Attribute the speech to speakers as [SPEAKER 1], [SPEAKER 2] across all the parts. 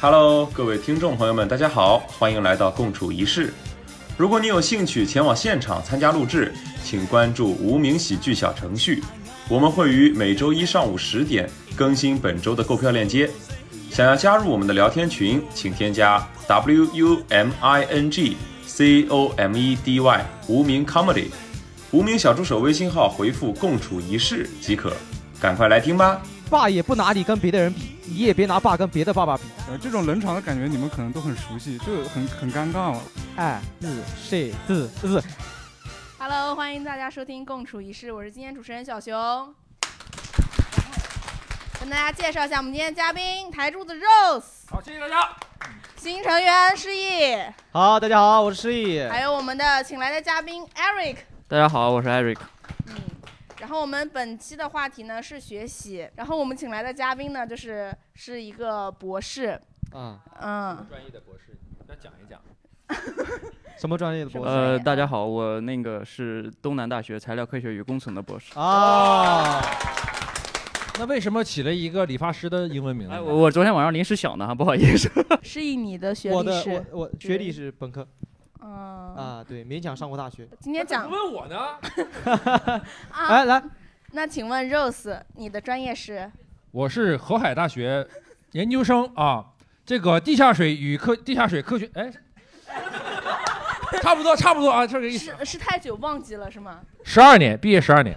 [SPEAKER 1] Hello，各位听众朋友们，大家好，欢迎来到共处一室。如果你有兴趣前往现场参加录制，请关注无名喜剧小程序，我们会于每周一上午十点更新本周的购票链接。想要加入我们的聊天群，请添加 w u m i n g c o m e d y 无名 comedy，无名小助手微信号回复“共处一室”即可。赶快来听吧！
[SPEAKER 2] 爸也不拿你跟别的人比，你也别拿爸跟别的爸爸比。
[SPEAKER 3] 呃，这种冷场的感觉你们可能都很熟悉，就很很尴尬了。
[SPEAKER 2] 哎，是是是是，
[SPEAKER 4] Hello，欢迎大家收听《共处一室》，我是今天主持人小熊。跟大家介绍一下我们今天的嘉宾，台柱子 Rose，
[SPEAKER 5] 好，谢谢大家。
[SPEAKER 4] 新成员失忆，
[SPEAKER 2] 好，大家好，我是诗意。
[SPEAKER 4] 还有我们的请来的嘉宾 Eric。
[SPEAKER 5] 大家好，我是 Eric。
[SPEAKER 4] 然后我们本期的话题呢是学习，然后我们请来的嘉宾呢就是是一个博士，
[SPEAKER 2] 啊，
[SPEAKER 4] 嗯，
[SPEAKER 5] 专业的博士，要讲一讲。
[SPEAKER 2] 什么专业的博士？
[SPEAKER 5] 呃，大家好，我那个是东南大学材料科学与工程的博士。
[SPEAKER 2] 啊，
[SPEAKER 6] 那为什么起了一个理发师的英文名字
[SPEAKER 5] 哎，
[SPEAKER 6] 呢？
[SPEAKER 5] 我我昨天晚上临时想的哈，不好意思。
[SPEAKER 4] 失忆你的学
[SPEAKER 2] 我
[SPEAKER 4] 历
[SPEAKER 2] 的
[SPEAKER 4] 是，
[SPEAKER 2] 我我学历是本科
[SPEAKER 4] 嗯，
[SPEAKER 2] 啊，对，勉强上过大学。
[SPEAKER 4] 今天讲
[SPEAKER 6] 问我呢？
[SPEAKER 4] 啊，
[SPEAKER 2] 哎，来，
[SPEAKER 4] 那请问 Rose，你的专业是？
[SPEAKER 6] 我是河海大学研究生啊，这个地下水与科地下水科学，哎， 差不多差不多啊，这个意思。
[SPEAKER 4] 是是太久忘记了是吗？
[SPEAKER 6] 十二年毕业十二年，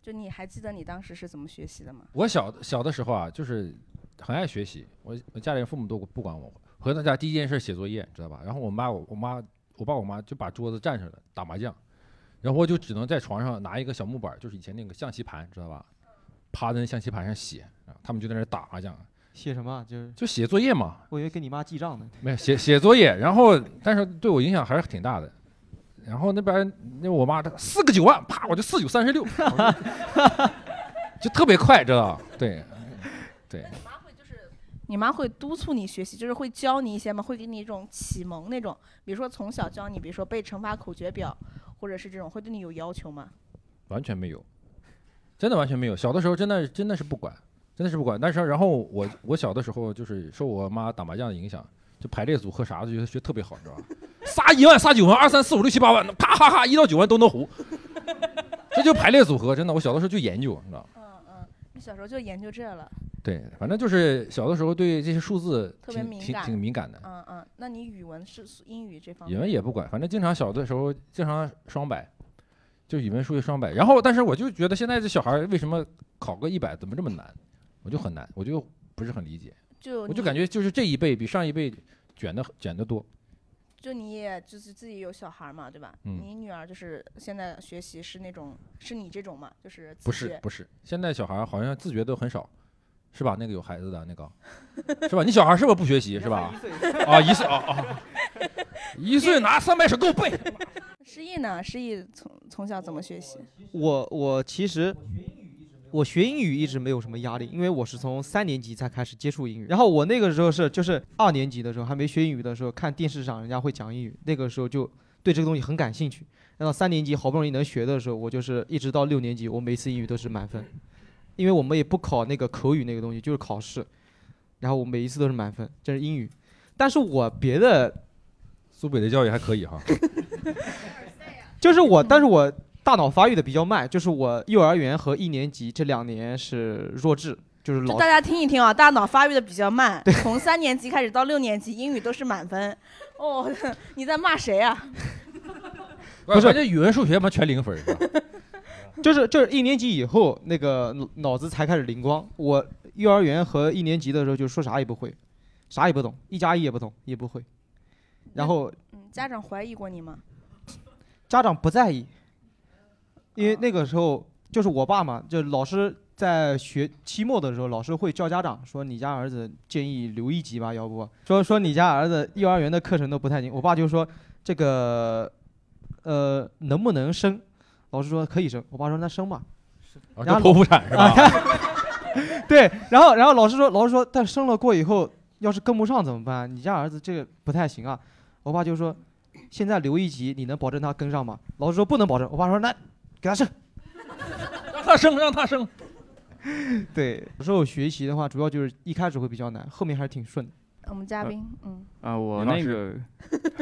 [SPEAKER 4] 就你还记得你当时是怎么学习的吗？
[SPEAKER 6] 我小小的时候啊，就是很爱学习，我我家里人父母都不管我，回到家第一件事写作业，知道吧？然后我妈我我妈我爸我妈就把桌子占上了打麻将，然后我就只能在床上拿一个小木板，就是以前那个象棋盘，知道吧？趴在那象棋盘上写，然后他们就在那儿打麻将，
[SPEAKER 2] 写什么啊？就是
[SPEAKER 6] 就写作业嘛，
[SPEAKER 2] 我以为跟你妈记账呢。
[SPEAKER 6] 没有写写作业，然后但是对我影响还是挺大的。然后那边那我妈她四个九万，啪我就四九三十六， 我说就特别快，知道吧？对，对，
[SPEAKER 4] 你妈会督促你学习，就是会教你一些吗？会给你一种启蒙那种，比如说从小教你，比如说背乘法口诀表，或者是这种，会对你有要求吗？
[SPEAKER 6] 完全没有，真的完全没有。小的时候真的真的是不管，真的是不管。但是然后我我小的时候就是受我妈打麻将的影响，就排列组合啥的，觉得学特别好，你知道吧？ 仨一万，仨九万，二三四五六七八万，啪哈哈，一到九万都能胡。 这就排列组合，真的，我小的时候就研究，你知道吧。
[SPEAKER 4] 嗯嗯，你小时候就研究这了。
[SPEAKER 6] 对，反正就是小的时候对这些数字
[SPEAKER 4] 特别
[SPEAKER 6] 挺
[SPEAKER 4] 敏
[SPEAKER 6] 挺
[SPEAKER 4] 感
[SPEAKER 6] 挺敏感的，
[SPEAKER 4] 嗯嗯，那你语文是英语这方
[SPEAKER 6] 语
[SPEAKER 4] 面？
[SPEAKER 6] 文也不管，反正经常小的时候经常双百，就语文、数学双百。然后，但是我就觉得现在这小孩儿为什么考个一百怎么这么难，我就很难，我就不是很理解，
[SPEAKER 4] 就
[SPEAKER 6] 我就感
[SPEAKER 4] 觉，
[SPEAKER 6] 觉就是这一辈比上一辈卷的卷的多。
[SPEAKER 4] 就你也就是自己有小孩嘛，对吧？
[SPEAKER 6] 嗯
[SPEAKER 4] 你女儿就是现在学习是那种，是你这种嘛？就是自
[SPEAKER 6] 不是
[SPEAKER 4] 学
[SPEAKER 6] 不是，现在小孩儿好像自觉都很少，是吧？那个有孩子的那个，是吧？你小孩儿是不是不学习是吧？啊， 一岁啊啊，一岁拿三百首给我背。
[SPEAKER 4] 失忆呢？失忆从从小怎么学习？
[SPEAKER 2] 我我其实。我学英语一直没有什么压力，因为我是从三年级才开始接触英语。然后我那个时候是就是二年级的时候还没学英语的时候，看电视上人家会讲英语，那个时候就对这个东西很感兴趣。然后三年级好不容易能学的时候，我就是一直到六年级，我每次英语都是满分，因为我们也不考那个口语那个东西，就是考试。然后我每一次都是满分，这是英语。但是我别的
[SPEAKER 6] 苏北的教育还可以哈。
[SPEAKER 2] 就是我，但是我大脑发育的比较慢，就是我幼儿园和一年级这两年是弱智，就是
[SPEAKER 4] 就
[SPEAKER 2] 老
[SPEAKER 4] 大家听一听啊，大脑发育的比较慢，从三年级开始到六年级，英语都是满分。哦， 你在骂谁啊？
[SPEAKER 6] 不是，这语文、数学嘛全零分儿，是吧
[SPEAKER 2] 就是就是一年级以后那个脑脑子才开始灵光。我幼儿园和一年级的时候就说啥也不会，啥也不懂，一加一也不懂，也不会。然后
[SPEAKER 4] 嗯，家长怀疑过你吗？
[SPEAKER 2] 家长不在意，因为那个时候就是我爸嘛，就老师在学期末的时候，老师会叫家长说你家儿子建议留一级吧，要不说说你家儿子幼儿园的课程都不太行。我爸就说这个呃能不能升？老师说可以升，我爸说那升吧。
[SPEAKER 6] 啊，
[SPEAKER 2] 然
[SPEAKER 6] 这
[SPEAKER 2] 后啊
[SPEAKER 6] 剖腹产是吧？
[SPEAKER 2] 对，然后然后老师说，老师说，但升了过以后，要是跟不上怎么办？你家儿子这个不太行啊。我爸就说，现在留一级，你能保证他跟上吗？老师说不能保证。我爸说那给他升。
[SPEAKER 6] 让他生，让 他生。
[SPEAKER 2] 对，有时候学习的话，主要就是一开始会比较难，后面还是挺顺的。
[SPEAKER 4] 我们嘉宾，嗯，
[SPEAKER 5] 啊、我
[SPEAKER 6] 李老
[SPEAKER 5] 那个，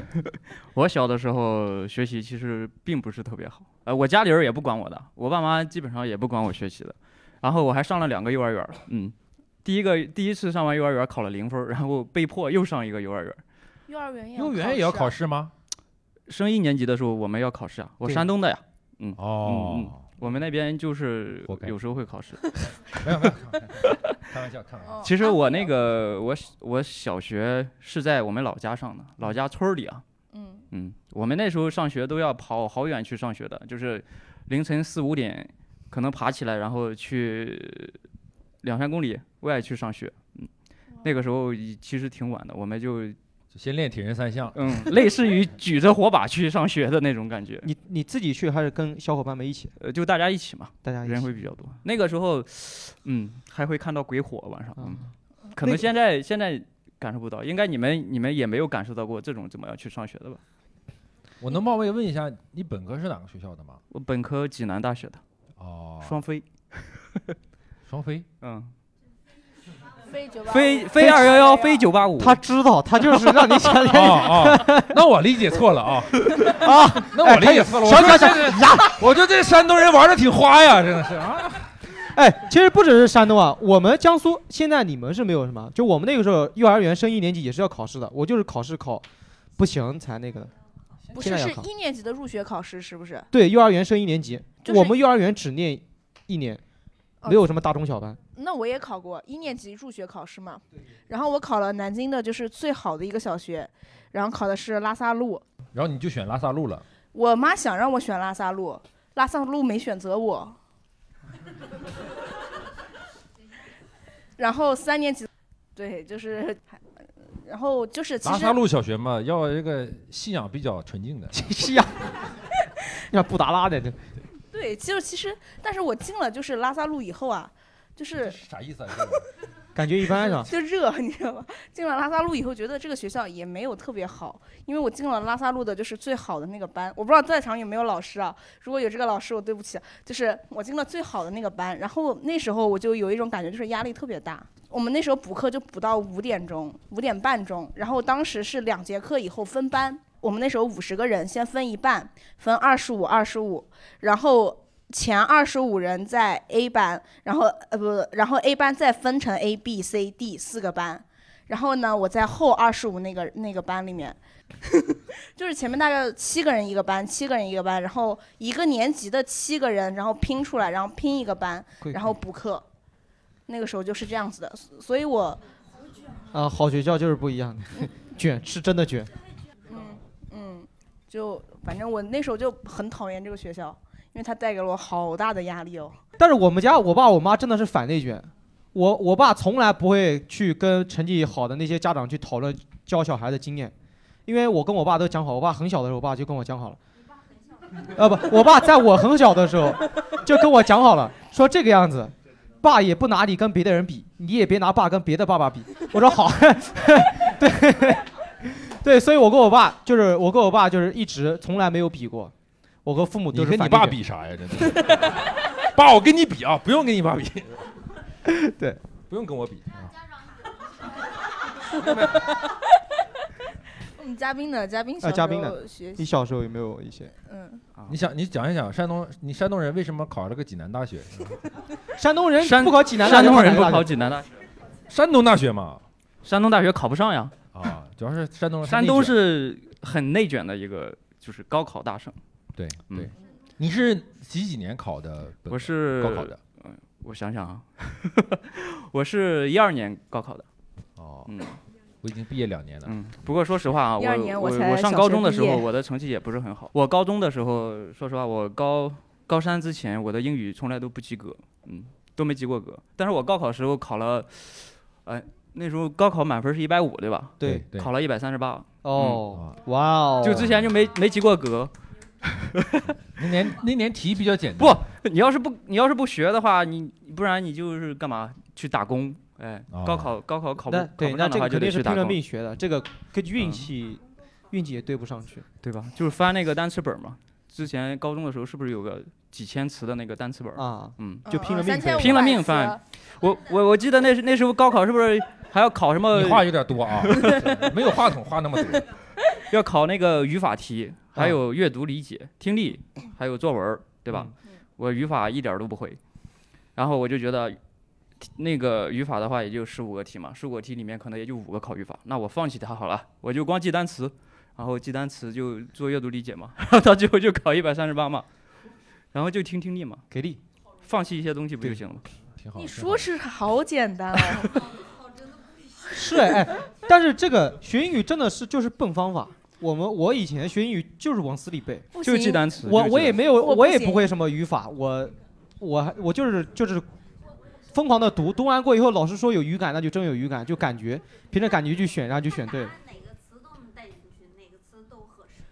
[SPEAKER 5] 我小的时候学习其实并不是特别好，呃，我家里人也不管我的，我爸妈基本上也不管我学习的，然后我还上了两个幼儿园儿，嗯，第一个第一次上完幼儿园儿考了零分儿，然后被迫又上一个幼儿园儿。
[SPEAKER 4] 幼儿园也
[SPEAKER 6] 幼儿
[SPEAKER 7] 啊
[SPEAKER 6] 园也要考
[SPEAKER 4] 试
[SPEAKER 6] 试吗？
[SPEAKER 5] 升一年级的时候我们要考试啊，我
[SPEAKER 6] 对
[SPEAKER 5] 山东的呀，嗯
[SPEAKER 6] 哦，
[SPEAKER 5] 我们那边就是
[SPEAKER 6] 活该
[SPEAKER 5] 有时候会考试。
[SPEAKER 6] 没有没有，开玩笑开玩笑，开玩
[SPEAKER 4] 啊。
[SPEAKER 6] 笑。
[SPEAKER 4] 哦
[SPEAKER 5] 其实
[SPEAKER 4] 安
[SPEAKER 5] 我
[SPEAKER 4] 徽
[SPEAKER 5] 那
[SPEAKER 4] 的，
[SPEAKER 5] 个我小我小学是在我们老家上的，老家村儿里啊，
[SPEAKER 4] 嗯，
[SPEAKER 5] 嗯，我们那时候上学都要跑好远去上学的，就是凌晨四五点可能爬起来，然后去两三公里外去上学。嗯，那个时候已其实挺晚的，我们就
[SPEAKER 6] 就先练铁人三项，
[SPEAKER 5] 嗯，类似于举着火把去上学的那种感觉，
[SPEAKER 2] 你你自己去还是跟小伙伴们一起？
[SPEAKER 5] 呃，就大家一起嘛，
[SPEAKER 2] 大家一
[SPEAKER 5] 人
[SPEAKER 2] 起
[SPEAKER 5] 会比较多。那个时候，嗯，还会看到鬼火晚上，嗯，
[SPEAKER 2] 啊？
[SPEAKER 5] 可
[SPEAKER 2] 那
[SPEAKER 5] 能
[SPEAKER 2] 个
[SPEAKER 5] 现在现在感受不到，应该你们你们也没有感受到过这种怎么样去上学的吧？
[SPEAKER 6] 我能冒昧问一下，你本科是哪个学校的吗？
[SPEAKER 5] 我本科济南大学的，
[SPEAKER 6] 哦，
[SPEAKER 5] 双非，
[SPEAKER 6] 双飞，
[SPEAKER 5] 嗯。
[SPEAKER 4] 非九八
[SPEAKER 5] 非非二幺幺，非九八五，
[SPEAKER 2] 他知道，他就是让你想
[SPEAKER 6] 哦哦，那我理解错了啊啊，那我理解错了，我
[SPEAKER 2] 哎
[SPEAKER 6] 说
[SPEAKER 2] 他有
[SPEAKER 6] 这个， 我觉得这山东人玩的挺花呀，真的是啊，
[SPEAKER 2] 哎，其实不只是山东啊，我们江苏现在你们是没有什么，就我们那个时候幼儿园升一年级也是要考试的，我就是考试考不行才那个的。
[SPEAKER 4] 不
[SPEAKER 2] 现
[SPEAKER 4] 是
[SPEAKER 2] 在
[SPEAKER 4] 是
[SPEAKER 2] 要考
[SPEAKER 4] 一年级的入学考试是不是？
[SPEAKER 2] 对，幼儿园升一年级，
[SPEAKER 4] 就是
[SPEAKER 2] 我们幼儿园只念一年，
[SPEAKER 4] 哦
[SPEAKER 2] 没有什么大中小班。
[SPEAKER 4] 那我也考过一年级入学考试嘛，然后我考了南京的，就是最好的一个小学，然后考的是拉萨路。
[SPEAKER 6] 然后你就选拉萨路了，
[SPEAKER 4] 我妈想让我选拉萨路，拉萨路没选择我。然后三年级，对，就是，然后就是其
[SPEAKER 6] 拉
[SPEAKER 4] 实
[SPEAKER 6] 萨路小学嘛，要一个信仰比较纯净的，
[SPEAKER 2] 是 呀，像布达拉的这，
[SPEAKER 4] 对，就是其实，但是我进了就是拉萨路以后啊，就是
[SPEAKER 6] 这是啥意思啊？
[SPEAKER 2] 感觉一般是吧？
[SPEAKER 4] 就热，你知道吧？进了拉萨路以后，觉得这个学校也没有特别好，因为我进了拉萨路的就是最好的那个班。我不知道在场有没有老师啊？如果有这个老师，我对不起，啊就是我进了最好的那个班。然后那时候我就有一种感觉，就是压力特别大。我们那时候补课就补到五点钟、五点半钟，然后当时是两节课以后分班。我们那时候五十个人，先分一半，分二十五、二十五，然后前二十五人在 A 班，然后呃不，然后 A 班再分成 A、B、C、D 四个班，然后呢，我在后二十五那个那个班里面， 就是前面大概七个人一个班，七个人一个班，然后一个年级的七个人，然后拼出来，然后拼一个班，然后补课，那个时候就是这样子的，所所以我
[SPEAKER 2] 啊，好学校就是不一样的， 卷是真的卷。
[SPEAKER 4] 嗯嗯，就反正我那时候就很讨厌这个学校，因为它带给了我好大的压力哦。
[SPEAKER 2] 但是我们家我爸我妈真的是反内卷，我我爸从来不会去跟成绩好的那些家长去讨论教小孩的经验，因为我跟我爸都讲好，我爸很小的时候，我爸就跟我讲好了。呃不，我爸在我很小的时候 就跟我讲好了，说这个样子，爸也不拿你跟别的人比，你也别拿爸跟别的爸爸比。我说好， 对对，所以我跟我爸就是我跟我爸就是一直从来没有比过，我和父母都
[SPEAKER 6] 你
[SPEAKER 2] 是
[SPEAKER 6] 跟你
[SPEAKER 2] 反
[SPEAKER 6] 爸
[SPEAKER 2] 内卷
[SPEAKER 6] 比啥呀？真的，爸， 我跟你比啊，不用跟你爸比，
[SPEAKER 2] 对，
[SPEAKER 6] 不用跟我比。
[SPEAKER 4] 我们嘉宾呢？嘉宾小
[SPEAKER 2] 呃
[SPEAKER 4] 时
[SPEAKER 2] 嘉宾呢
[SPEAKER 4] 候学习，
[SPEAKER 2] 你小时候有没有一些？
[SPEAKER 4] 嗯，
[SPEAKER 5] 啊
[SPEAKER 6] 你想，你讲一讲山东，你山东人为什么考了个济南大 学？
[SPEAKER 2] 山东人
[SPEAKER 5] 山
[SPEAKER 2] 不考济南大
[SPEAKER 5] 山
[SPEAKER 2] 学，
[SPEAKER 5] 东人不
[SPEAKER 2] 哪个大
[SPEAKER 5] 考
[SPEAKER 2] 学
[SPEAKER 5] 济南大学，
[SPEAKER 6] 山东大学嘛，
[SPEAKER 5] 山东大学考不上呀。
[SPEAKER 6] 啊，主要是山东人
[SPEAKER 5] 山东
[SPEAKER 6] 内卷，
[SPEAKER 5] 是很内卷的一个，就是高考大省。
[SPEAKER 6] 对
[SPEAKER 5] 嗯
[SPEAKER 6] 对。你是几几年考的本科？
[SPEAKER 5] 我是嗯
[SPEAKER 6] 高考的。
[SPEAKER 5] 我想想啊， 我是一二年高考的。
[SPEAKER 6] 哦，
[SPEAKER 5] 嗯
[SPEAKER 6] 我已经毕业两年了。
[SPEAKER 5] 嗯，不过说实话啊，我
[SPEAKER 4] 12年
[SPEAKER 5] 我
[SPEAKER 4] 我才
[SPEAKER 5] 上
[SPEAKER 4] 小
[SPEAKER 5] 高
[SPEAKER 4] 学
[SPEAKER 5] 中的
[SPEAKER 4] 毕
[SPEAKER 5] 时候，
[SPEAKER 4] 业
[SPEAKER 5] 我的成绩也不是很好。我高中的时候，说实话，我高高三之前，我的英语从来都不及格，嗯，都没及过格。但是我高考时候考了，呃，那时候高考满分是一百五，对吧？
[SPEAKER 2] 对，
[SPEAKER 6] 对，
[SPEAKER 5] 考了一百三十八，
[SPEAKER 2] 哦，
[SPEAKER 6] 啊，
[SPEAKER 2] 哇哦，
[SPEAKER 5] 就之前就没没及过格。
[SPEAKER 6] 那年那年题比较简单。
[SPEAKER 5] 不，你要是不你要是不学的话，你不然你就是干嘛去打工？哎，
[SPEAKER 6] 哦
[SPEAKER 5] 高考高考考不
[SPEAKER 2] 那
[SPEAKER 5] 考
[SPEAKER 2] 对，
[SPEAKER 5] 不
[SPEAKER 2] 那
[SPEAKER 5] 上
[SPEAKER 2] 这
[SPEAKER 5] 的
[SPEAKER 2] 个
[SPEAKER 5] 话就
[SPEAKER 2] 肯
[SPEAKER 5] 得
[SPEAKER 2] 定是
[SPEAKER 5] 去
[SPEAKER 2] 拼
[SPEAKER 5] 打
[SPEAKER 2] 了
[SPEAKER 5] 工
[SPEAKER 2] 命，学的，这个跟运
[SPEAKER 5] 嗯
[SPEAKER 2] 气，运气也对不上去。
[SPEAKER 5] 对吧？就是翻那个单词本儿嘛。之前高中的时候是不是有个几千词的那个单词本儿？
[SPEAKER 2] 啊，
[SPEAKER 5] 嗯，
[SPEAKER 2] 就拼了命
[SPEAKER 4] 哦三千
[SPEAKER 2] 呗
[SPEAKER 4] 五
[SPEAKER 5] 拼了
[SPEAKER 4] 百
[SPEAKER 5] 命
[SPEAKER 4] 词啊
[SPEAKER 5] 翻我我我记得那时那时候高考是不是还要考什么？
[SPEAKER 6] 你话有点 多啊，没有话筒话那么多。
[SPEAKER 5] 要考那个语法题，
[SPEAKER 2] 嗯
[SPEAKER 5] 还有阅读理解、听力，还有作文儿，对吧？
[SPEAKER 2] 嗯
[SPEAKER 5] 我语法一点儿都不会，然后我就觉得，那个语法的话也就十五个题嘛，十五个题里面可能也就五个考语法，那我放弃它好了，我就光记单词，然后记单词就做阅读理解嘛， 然后到最后就考一百三十八嘛，然后就听听力嘛，
[SPEAKER 2] 给力，
[SPEAKER 5] 放弃一些东西不就行了吗？
[SPEAKER 6] 挺好。
[SPEAKER 4] 你
[SPEAKER 6] 挺好
[SPEAKER 4] 说是好简单 哦，
[SPEAKER 2] 是哎哎，但是这个学英语真的是就是笨方法。我们我以前学英语就是往死里背，
[SPEAKER 4] 不
[SPEAKER 5] 就记
[SPEAKER 4] 行，
[SPEAKER 5] 单词。
[SPEAKER 2] 我
[SPEAKER 5] 就记
[SPEAKER 2] 我也
[SPEAKER 5] 单词
[SPEAKER 2] 没有，
[SPEAKER 4] 我不
[SPEAKER 2] 我也
[SPEAKER 4] 行
[SPEAKER 2] 不会什么语法，我我还我就是就是疯狂的读，读完过以后，老师说有语感，那就真有语感，就感觉凭着感觉去选，然后就选对了。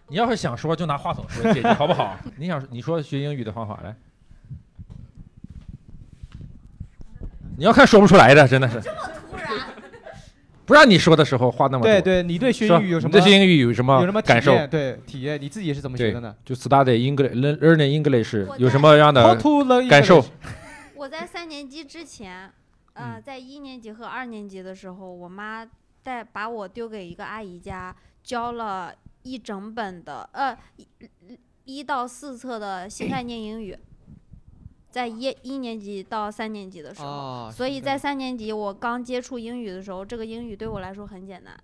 [SPEAKER 6] 你要是想说，就拿话筒说，姐姐好不好？ 你想你说学英语的方法来，你要看说不出来的，真的是不让你说的时候话那么多。
[SPEAKER 2] 对对，你对学
[SPEAKER 6] 说
[SPEAKER 2] 英语有什
[SPEAKER 6] 你
[SPEAKER 2] 么
[SPEAKER 6] 对学英语有什么
[SPEAKER 2] 有什么体
[SPEAKER 6] 感受？
[SPEAKER 2] 验？对体验，你自己是怎么学的呢
[SPEAKER 6] 就 study English learn- learning English
[SPEAKER 8] 我
[SPEAKER 6] 有
[SPEAKER 8] 在
[SPEAKER 6] 什么样
[SPEAKER 2] ？How
[SPEAKER 6] 的
[SPEAKER 2] to learn
[SPEAKER 6] 感受
[SPEAKER 2] English？
[SPEAKER 8] 我在三年级之前，呃，在一年级和二年级的时候，我妈带把我丢给一个阿姨家，教了一整本的，呃，一一到四册的新概念英语，在一一年级到三年级的时候，
[SPEAKER 2] 啊，
[SPEAKER 8] 所以
[SPEAKER 2] 是
[SPEAKER 8] 在三年级我刚接触英语的时候，这个英语对我来说很简单，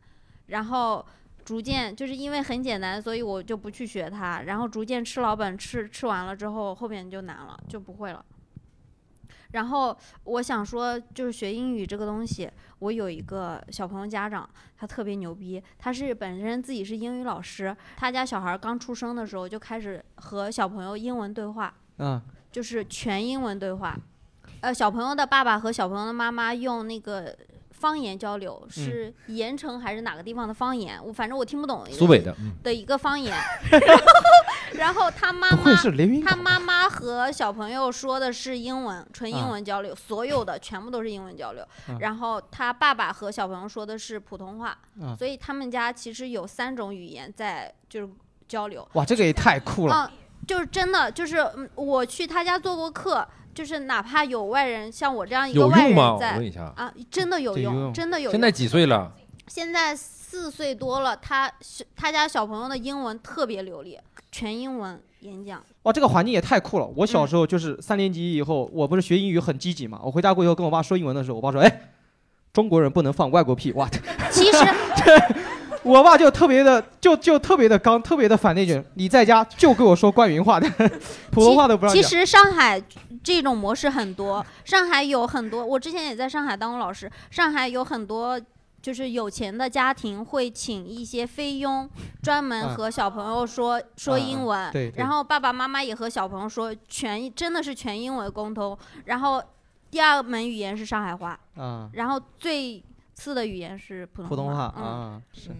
[SPEAKER 8] 然后。逐渐就是因为很简单，所以我就不去学它。然后逐渐吃老本，吃吃完了之后，后面就难了，就不会了。然后我想说，就是学英语这个东西，我有一个小朋友家长，他特别牛逼，他是本身自己是英语老师，他家小孩刚出生的时候就开始和小朋友英文对话，
[SPEAKER 2] 嗯，
[SPEAKER 8] 就是全英文对话。呃，小朋友的爸爸和小朋友的妈妈用那个方言交
[SPEAKER 6] 嗯
[SPEAKER 8] 流，是盐城还是哪个地方的方言？我反正我听不懂
[SPEAKER 6] 苏北的，嗯
[SPEAKER 8] 的一个方言。然后，然后他妈
[SPEAKER 2] 不
[SPEAKER 8] 妈
[SPEAKER 2] 愧是连云
[SPEAKER 8] 他
[SPEAKER 2] 港
[SPEAKER 8] 妈妈和小朋友说的是英文，纯英文交流，所有的全部都是英文交流。
[SPEAKER 2] 啊
[SPEAKER 8] 然后他爸爸和小朋友说的是普通话，
[SPEAKER 2] 啊
[SPEAKER 8] 所以他们家其实有三种语言在就是交流。
[SPEAKER 2] 哇，这个也太酷了。
[SPEAKER 8] 嗯，就是真的，就是嗯我去他家做过客，就是哪怕有外人像我这样一个
[SPEAKER 6] 有
[SPEAKER 8] 外
[SPEAKER 6] 用吗？
[SPEAKER 8] 人
[SPEAKER 6] 我问
[SPEAKER 8] 在
[SPEAKER 6] 一下，
[SPEAKER 8] 啊，真的有
[SPEAKER 2] 对有用
[SPEAKER 8] 用，真的有用。
[SPEAKER 6] 现在几岁了？
[SPEAKER 8] 现在四岁多了，他是他家小朋友的英文特别流利，全英文演讲。
[SPEAKER 2] 哇，这个环境也太酷了！我
[SPEAKER 8] 嗯
[SPEAKER 2] 小时候就是三年级以后，我不是学英语很积极嘛。我回家过以后跟我爸说英文的时候，我爸说：“哎，中国人不能放外国屁。”哇，
[SPEAKER 8] 其实
[SPEAKER 2] 我爸就特别的，就就特别的刚，特别的反那句，你在家就给我说关云话的，普通话都不让
[SPEAKER 8] 其
[SPEAKER 2] 讲。
[SPEAKER 8] 实上海这种模式很多，上海有很多，我之前也在上海当过老师，上海有很多。就是有钱的家庭会请一些菲佣，专门
[SPEAKER 2] 嗯
[SPEAKER 8] 和小朋友说、说
[SPEAKER 2] 嗯嗯
[SPEAKER 8] 英文、
[SPEAKER 2] 对对
[SPEAKER 8] 然后爸爸妈妈也和小朋友说全真的是全英文沟通。然后第二门语言是上海话，
[SPEAKER 2] 啊，
[SPEAKER 8] 然后最次的语言是普通
[SPEAKER 2] 普通话
[SPEAKER 8] 嗯、
[SPEAKER 2] 啊，是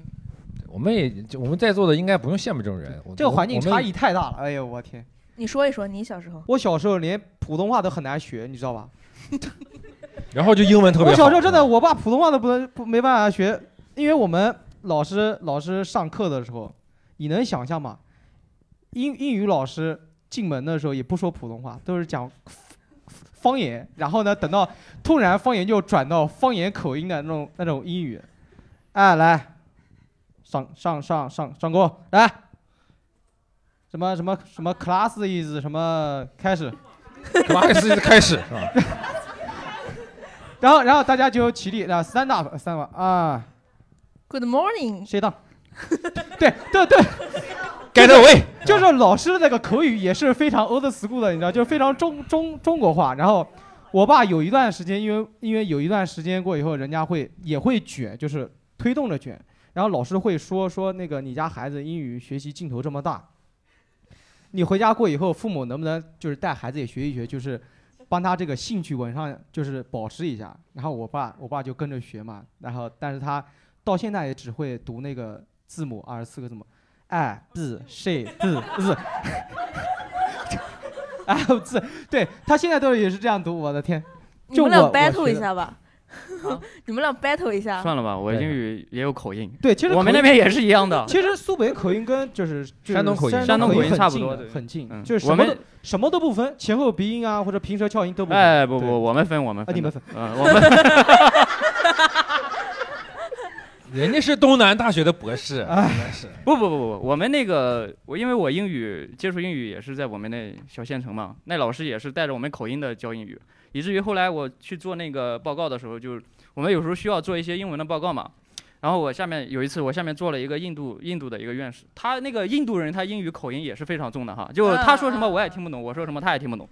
[SPEAKER 6] 我们也就我们在座的应该不用羡慕这种人。我
[SPEAKER 2] 这个环境
[SPEAKER 6] 我们
[SPEAKER 2] 差异太大了。哎呦，我天！
[SPEAKER 4] 你说一说你小时候，
[SPEAKER 2] 我小时候连普通话都很难学，你知道吧？
[SPEAKER 6] 然后就英文特别好。嗯
[SPEAKER 2] 我小时候真的，我爸普通话都不能不没办法学，因为我们老师老师上课的时候，你能想象吗？英英语老师进门的时候也不说普通话，都是讲方言，然后呢，等到突然方言就转到方言口音的那种那种英语，哎，来，上上上上上钩，来，什么什么什么 class 的意思，什么开 始，
[SPEAKER 6] 马克思开始是吧？
[SPEAKER 2] 然后然后大家就起立，然后 stand up stand up 啊、
[SPEAKER 4] Good morning，
[SPEAKER 2] 谁当？对对对，
[SPEAKER 6] 盖德维
[SPEAKER 2] 就是老师的那个口语也是非常 old school 的，你知道，就是非常中中中国话。然后我爸有一段时间，因为因为有一段时间过以后，人家会也会卷，就是推动着卷。然后老师会说说那个你家孩子英语学习劲头这么大，你回家过以后，父母能不能就是带孩子也学一学，就是帮他这个兴趣往上就是保持一下。然后我爸我爸就跟着学嘛，然后但是他到现在也只会读那个字母二十四个字母。哎，字谁字字， 哎字，对他现在都也是这样读，我的天，
[SPEAKER 4] 你们
[SPEAKER 2] 就
[SPEAKER 4] 俩
[SPEAKER 2] 我
[SPEAKER 4] battle
[SPEAKER 2] 我觉
[SPEAKER 4] 一
[SPEAKER 2] 得
[SPEAKER 4] 下吧
[SPEAKER 5] 啊，
[SPEAKER 4] 你们俩 battle 一下，
[SPEAKER 5] 算了吧，我英语也有口音，
[SPEAKER 2] 对，其实
[SPEAKER 5] 我们
[SPEAKER 2] 口
[SPEAKER 5] 那边也是一样的。
[SPEAKER 2] 其实苏北口音跟就是就是
[SPEAKER 6] 山东口音
[SPEAKER 2] 山
[SPEAKER 5] 山
[SPEAKER 2] 东
[SPEAKER 5] 东口
[SPEAKER 2] 音
[SPEAKER 5] 音差
[SPEAKER 2] 很
[SPEAKER 5] 不
[SPEAKER 2] 近
[SPEAKER 5] 多
[SPEAKER 2] 的
[SPEAKER 5] 对
[SPEAKER 2] 很近，
[SPEAKER 5] 嗯
[SPEAKER 2] 就是
[SPEAKER 5] 我
[SPEAKER 2] 什么
[SPEAKER 5] 们
[SPEAKER 2] 都什么都不分，前后鼻音啊或者平舌翘音都不分，
[SPEAKER 5] 哎，不
[SPEAKER 2] 对
[SPEAKER 6] 啊
[SPEAKER 5] 不，我们分，我们
[SPEAKER 2] 啊
[SPEAKER 5] 分
[SPEAKER 2] 你们分，
[SPEAKER 5] 啊，我们
[SPEAKER 6] 人家是东南大学的博士，哎真的是
[SPEAKER 5] 哎不不不不，我们那个我因为我英语接触英语也是在我们那小县城嘛，那老师也是带着我们口音的教英语，以至于后来我去做那个报告的时候，就是我们有时候需要做一些英文的报告嘛。然后我下面有一次，我下面做了一个印度印度的一个院士，他那个印度人他英语口音也是非常重的哈，就他说什么我也听不懂，我说什么他也听不懂，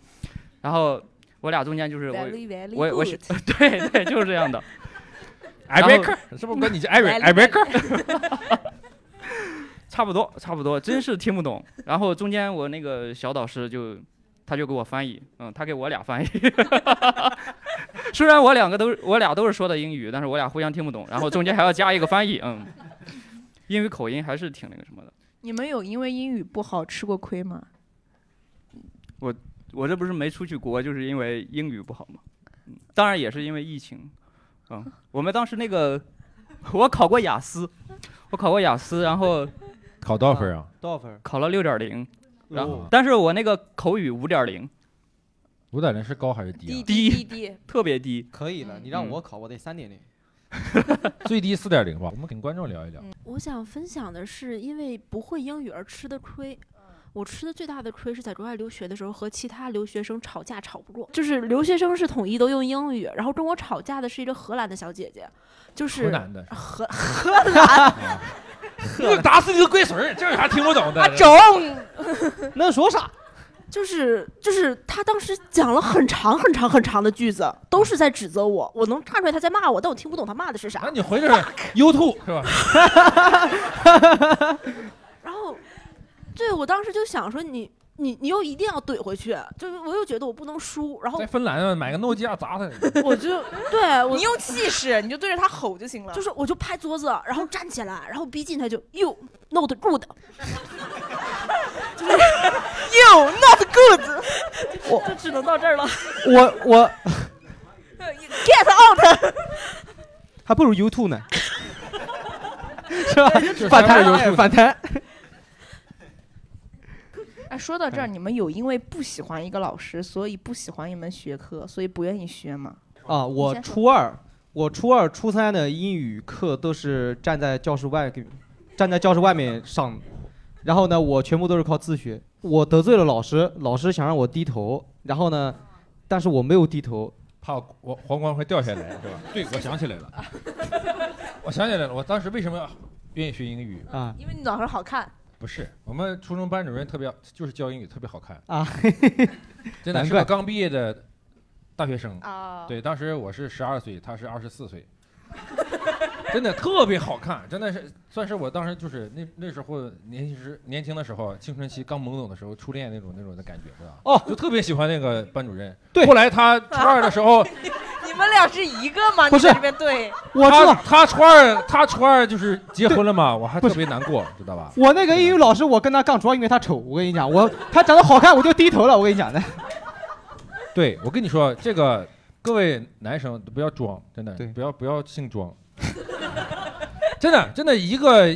[SPEAKER 5] 然后我俩中间就是我
[SPEAKER 4] Very, very
[SPEAKER 5] 我我是
[SPEAKER 4] good
[SPEAKER 5] 对对就是这样的，
[SPEAKER 6] 艾瑞克，是不是管你叫艾瑞艾瑞克？
[SPEAKER 5] 差不多，差不多，真是听不懂。然后中间我那个小导师就，他就给我翻译，嗯，他给我俩翻译。 虽然我两个都我俩都是说的英语，但是我俩互相听不懂，然后中间还要加一个翻译，嗯，英语口音还是挺那个什么的。
[SPEAKER 4] 你们有因为英语不好吃过亏吗？
[SPEAKER 5] 我这不是没出去国，就是因为英语不好嘛。嗯，当然也是因为疫情。嗯，我们当时那个，我考过雅思，我考过雅思，然后
[SPEAKER 6] 考多少分啊？
[SPEAKER 2] 多少分儿？
[SPEAKER 5] 考了六点零，然后
[SPEAKER 6] 哦
[SPEAKER 5] 但是我那个口语五点零，
[SPEAKER 6] 五点零是高还是
[SPEAKER 4] 滴
[SPEAKER 6] 低
[SPEAKER 4] 滴
[SPEAKER 6] 啊？
[SPEAKER 5] 低嗯
[SPEAKER 4] 滴滴，
[SPEAKER 5] 特别低。
[SPEAKER 2] 可以了，你让我考，我得三点零。
[SPEAKER 6] 最低四点零吧。我们跟观众聊一聊。
[SPEAKER 7] 我想分享的是，因为不会英语而吃的亏。我吃的最大的亏是在国外留学的时候和其他留学生吵架吵不过，就是留学生是统一都用英语，然后跟我吵架的是一个荷兰的小姐姐，就是
[SPEAKER 6] 湖南的 是吧，
[SPEAKER 7] 荷
[SPEAKER 6] 就打死你个龟孙儿，这有啥听不懂的？
[SPEAKER 7] 啊
[SPEAKER 2] 能说啥？
[SPEAKER 7] 就是就是他当时讲了很长很长很长的句子，都是在指责我，我能看出来他在骂我，但我听不懂他骂的是啥
[SPEAKER 6] 那。 你回去 YouTube 是吧？
[SPEAKER 7] 然后，对我当时就想说你你你又一定要怼回去，就是我又觉得我不能输，然后
[SPEAKER 6] 在芬兰啊买个诺基亚砸他，
[SPEAKER 7] 我就对我
[SPEAKER 4] 你用气势，你就对着他吼就行了。
[SPEAKER 7] 就是我就拍桌子，然后站起来，然后逼近他就 you not good，
[SPEAKER 4] You not good,
[SPEAKER 7] 就只能到这儿 了。
[SPEAKER 2] 我我
[SPEAKER 4] get out！
[SPEAKER 2] 还不如 U two 呢，是吧？
[SPEAKER 6] 就是
[SPEAKER 2] 反弹
[SPEAKER 6] 还不如
[SPEAKER 2] 哎反弹。
[SPEAKER 4] 哎，说到这儿，你们有因为不喜欢一个老师，所以不喜欢一门学科，所以不愿意学吗？
[SPEAKER 2] 啊，我
[SPEAKER 4] 哦先说
[SPEAKER 2] 初二，我初二、初三的英语课都是站在教室外给，站在教室外面上的。然后呢，我全部都是靠自学。我得罪了老师，老师想让我低头，然后呢，但是我没有低头。
[SPEAKER 6] 怕我我皇冠会掉下来是吧？对，我想起来 了，我想起来了，我当时为什么要愿意学英语？
[SPEAKER 2] 啊
[SPEAKER 4] 因为你老师好看，
[SPEAKER 6] 不是，我们初中班主任特别就是教英语特别好看
[SPEAKER 2] 啊，
[SPEAKER 6] 真的
[SPEAKER 2] 难
[SPEAKER 6] 是个
[SPEAKER 2] 怪
[SPEAKER 6] 刚毕业的大学生。
[SPEAKER 4] 啊，
[SPEAKER 6] 对，当时我是十二岁，他是二十四岁， 真的特别好看，真的是算是我当时就是那那时候年轻时年轻的时候，青春期刚懵懂的时候，初恋那种那种的感觉，是吧？
[SPEAKER 2] 哦
[SPEAKER 6] 就特别喜欢那个班主 任。
[SPEAKER 2] 对
[SPEAKER 6] 后来他初二的时候，
[SPEAKER 4] 你们俩是一个吗？
[SPEAKER 2] 不
[SPEAKER 4] 你
[SPEAKER 2] 是
[SPEAKER 4] 在这边对，
[SPEAKER 2] 我知
[SPEAKER 6] 他
[SPEAKER 2] 道，
[SPEAKER 6] 他初二他初二就是结婚了嘛，我还特别难过，知道吧？
[SPEAKER 2] 我那个英语老师，我跟他杠，主要因为他丑。我跟你讲，我他长得好看，我就低头了。我跟你 讲的，
[SPEAKER 6] 对，我跟你说，这个各位男生都不要装，真的
[SPEAKER 2] 对，
[SPEAKER 6] 不要不要姓装， 真的真的一个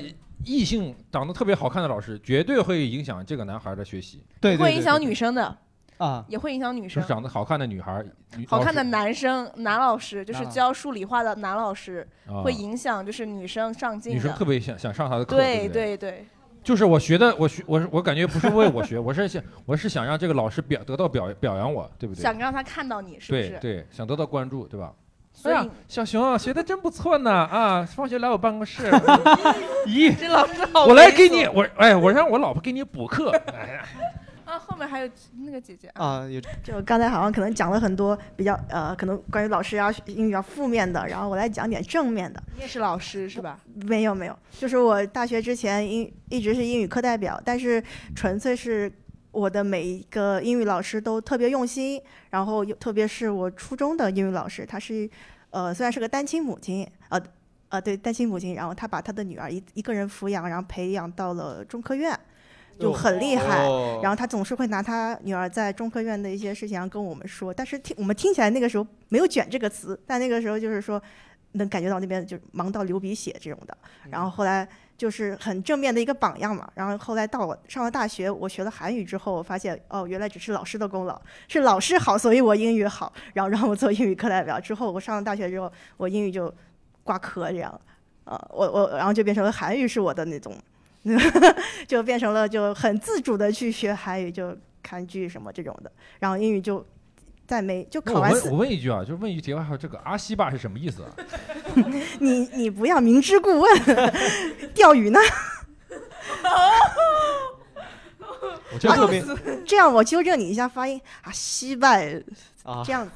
[SPEAKER 6] 异性长得特别好看的老师，绝对会影响这个男孩的学习。
[SPEAKER 2] 对对
[SPEAKER 4] 会
[SPEAKER 2] 对
[SPEAKER 4] 影响女生的，
[SPEAKER 2] 啊。
[SPEAKER 4] 也会影响女
[SPEAKER 6] 就
[SPEAKER 4] 生
[SPEAKER 6] 是。长得好看的女孩，女
[SPEAKER 4] 好看的
[SPEAKER 6] 老
[SPEAKER 4] 男生男老师，就是教数理化的男老师，
[SPEAKER 6] 师啊
[SPEAKER 4] 会影响就是女生上进
[SPEAKER 6] 女生特
[SPEAKER 4] 的。
[SPEAKER 6] 别想想上他的课，
[SPEAKER 4] 对
[SPEAKER 6] 不
[SPEAKER 4] 对对，
[SPEAKER 6] 就是我学的，我学我是我感觉不是为我学， 我是想我是想让这个老师表得到表表扬我，对不对？
[SPEAKER 4] 想让他看到你是不
[SPEAKER 6] 对
[SPEAKER 4] 是？
[SPEAKER 6] 对，想得到关注，对吧？
[SPEAKER 4] 所
[SPEAKER 6] 哎呀
[SPEAKER 4] 以，
[SPEAKER 6] 小熊学的真不错呢啊！放学来我办公室，咦，
[SPEAKER 4] 这老师好，
[SPEAKER 6] 我来给你，。我哎，我让我老婆给你补课，哎呀，
[SPEAKER 4] 啊，后面还有那个姐姐啊，
[SPEAKER 2] 啊，有
[SPEAKER 9] 就刚才好像可能讲了很多比较呃，可能关于老师啊、英语啊负面的，然后我来讲点正面的。
[SPEAKER 4] 你也是老师是吧？
[SPEAKER 9] 没有没有，就是我大学之前英一直是英语课代表，但是纯粹是我的每一个英语老师都特别用心，然后又特别是我初中的英语老师，她是呃虽然是个单亲母亲，呃呃对单亲母亲，然后她把她的女儿一一个人抚养，然后培养到了中科院，就
[SPEAKER 2] 哦
[SPEAKER 9] 很厉害。
[SPEAKER 2] 哦
[SPEAKER 9] 然后他总是会拿他女儿在中科院的一些事情上跟我们说，但是听我们听起来那个时候没有“卷”这个词，但那个时候就是说能感觉到那边就是忙到流鼻血这种的。然后
[SPEAKER 6] 嗯
[SPEAKER 9] 后来就是很正面的一个榜样嘛。然后后来到我上了大学，我学了韩语之后，我发现哦，原来只是老师的功劳，是老师好，所以我英语好，然后让我做英语课代表。之后我上了大学之后，我英语就挂科这样。呃，
[SPEAKER 7] 啊
[SPEAKER 9] 我我然后就变成了韩语是我的那种，就变成了就很自主的去学韩语，就看剧什么这种的，然后英语就再没就
[SPEAKER 6] 那
[SPEAKER 9] 考
[SPEAKER 6] 我
[SPEAKER 9] 完
[SPEAKER 6] 问
[SPEAKER 9] 四
[SPEAKER 6] 我问一句啊，就是问一句题外话，这个阿西吧是什么意思啊？
[SPEAKER 9] 你你不要明知故问， 钓鱼呢？
[SPEAKER 6] 我
[SPEAKER 2] 觉得特别
[SPEAKER 9] 啊这样，我纠正你一下发音啊，西拜
[SPEAKER 2] 啊
[SPEAKER 9] 这样子，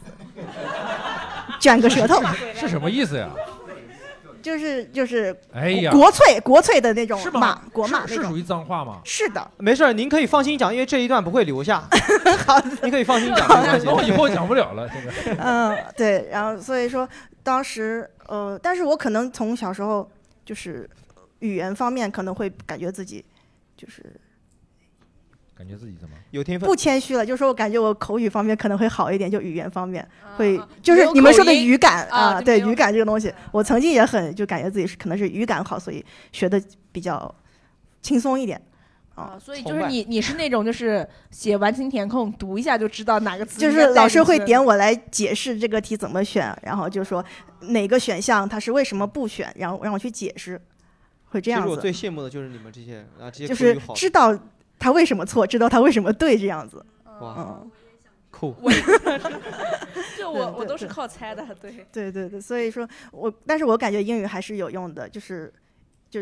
[SPEAKER 9] 卷个 舌头，
[SPEAKER 6] 是什么意思呀？
[SPEAKER 9] 就是就是
[SPEAKER 6] 哎呀，
[SPEAKER 9] 国粹国粹的那种
[SPEAKER 6] 是
[SPEAKER 9] 骂
[SPEAKER 6] 吗？
[SPEAKER 9] 国骂
[SPEAKER 6] 是是
[SPEAKER 9] 那
[SPEAKER 6] 属
[SPEAKER 9] 种，
[SPEAKER 6] 于脏话吗？
[SPEAKER 9] 是的，
[SPEAKER 2] 没事儿，您可以放心讲，因为这一段不会留 下。您可以放心讲，没关系
[SPEAKER 6] 那。我以后讲不了了，这个。
[SPEAKER 9] 嗯，对，然后所以说当时呃，但是我可能从小时候就是语言方面可能会感觉自己就是
[SPEAKER 6] 感觉自己怎么？
[SPEAKER 2] 有天分
[SPEAKER 9] 不，谦虚了，就是说我感觉我口语方面可能会好一点，就语言方面
[SPEAKER 4] 啊
[SPEAKER 9] 会
[SPEAKER 4] 啊，
[SPEAKER 9] 就是
[SPEAKER 4] 有
[SPEAKER 9] 你们
[SPEAKER 4] 口
[SPEAKER 9] 说的
[SPEAKER 4] 音
[SPEAKER 9] 语感
[SPEAKER 4] 啊
[SPEAKER 9] 啊，
[SPEAKER 4] 就
[SPEAKER 9] 对
[SPEAKER 4] 没有
[SPEAKER 9] 语感这个东西，我曾经也很就感觉自己是可能是语感好，所以学的比较轻松一点。
[SPEAKER 4] 啊，所以
[SPEAKER 2] 崇
[SPEAKER 4] 就是
[SPEAKER 2] 拜
[SPEAKER 4] 你你是那种就是写完清填空，读一下就知道哪个词
[SPEAKER 9] 就
[SPEAKER 4] 应该
[SPEAKER 9] 是
[SPEAKER 4] 带
[SPEAKER 9] 老
[SPEAKER 4] 进
[SPEAKER 9] 师会
[SPEAKER 4] 去
[SPEAKER 9] 点我来解释这个题怎么选，然后就说哪个选项它是为什么不选，然后让我去解释，会这
[SPEAKER 2] 其
[SPEAKER 9] 样
[SPEAKER 2] 实我
[SPEAKER 9] 子，
[SPEAKER 2] 最羡慕的就是你们这些人啊，这些
[SPEAKER 9] 就
[SPEAKER 2] 口
[SPEAKER 9] 是
[SPEAKER 2] 语好的
[SPEAKER 9] 知道它为什么错，知道它为什么对这样子。
[SPEAKER 2] 哇，
[SPEAKER 9] 嗯，
[SPEAKER 2] 酷。
[SPEAKER 4] 就
[SPEAKER 9] 对
[SPEAKER 4] 我我
[SPEAKER 9] 对
[SPEAKER 4] 都是
[SPEAKER 9] 对
[SPEAKER 4] 靠猜的，对。
[SPEAKER 9] 对对对，所以说我，但是我感觉英语还是有用的，就是就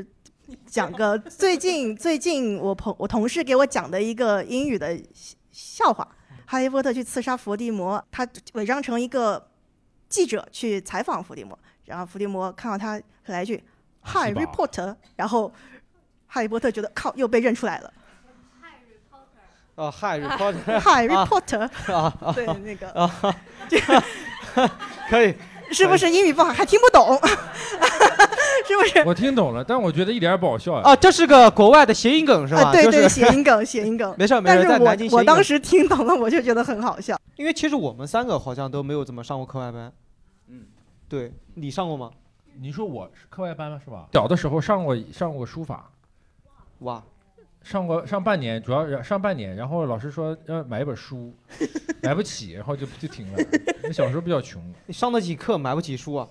[SPEAKER 9] 讲 个最近最近我朋我同事给我讲的一个英语的笑笑话，
[SPEAKER 2] 嗯
[SPEAKER 9] 哈利波特去刺杀伏地魔，他伪装成一个记者去采访伏地魔，然后伏地魔看到他来一句
[SPEAKER 6] 啊
[SPEAKER 9] “Hi
[SPEAKER 6] 是吧
[SPEAKER 9] reporter”，然后哈利波特觉得靠又被认出来了
[SPEAKER 2] 哦，Hi reporter
[SPEAKER 9] ，“Hi reporter”，
[SPEAKER 2] 啊 啊，
[SPEAKER 9] 对那个
[SPEAKER 2] 可以，
[SPEAKER 9] 是
[SPEAKER 2] 哎
[SPEAKER 9] 不是英语不好还听不懂？
[SPEAKER 2] 啊
[SPEAKER 9] 是不是？
[SPEAKER 6] 我听懂了，但我觉得一点也不好笑呀。
[SPEAKER 2] 啊，这是个国外的谐音梗是吧？
[SPEAKER 9] 啊，对对，
[SPEAKER 2] 就是
[SPEAKER 9] 谐 音梗，谐音梗。
[SPEAKER 2] 没事儿没
[SPEAKER 9] 但
[SPEAKER 2] 事儿，
[SPEAKER 9] 是
[SPEAKER 2] 在南京
[SPEAKER 9] 我
[SPEAKER 2] 谐
[SPEAKER 9] 我
[SPEAKER 2] 音梗
[SPEAKER 9] 当，时听懂了，我就觉得很好笑。
[SPEAKER 2] 因为其实我们三个好像都没有怎么上过课外班。
[SPEAKER 5] 嗯，
[SPEAKER 2] 对你上过吗？
[SPEAKER 6] 你说我是课外班吗？是吧？小的时候上过上过书法，
[SPEAKER 2] 哇，
[SPEAKER 6] 上过上半年，主要上半年，然后老师说要买一本书， 买不起，然后就就停了。那小时候比较穷，
[SPEAKER 2] 你上得起课，买不起书啊？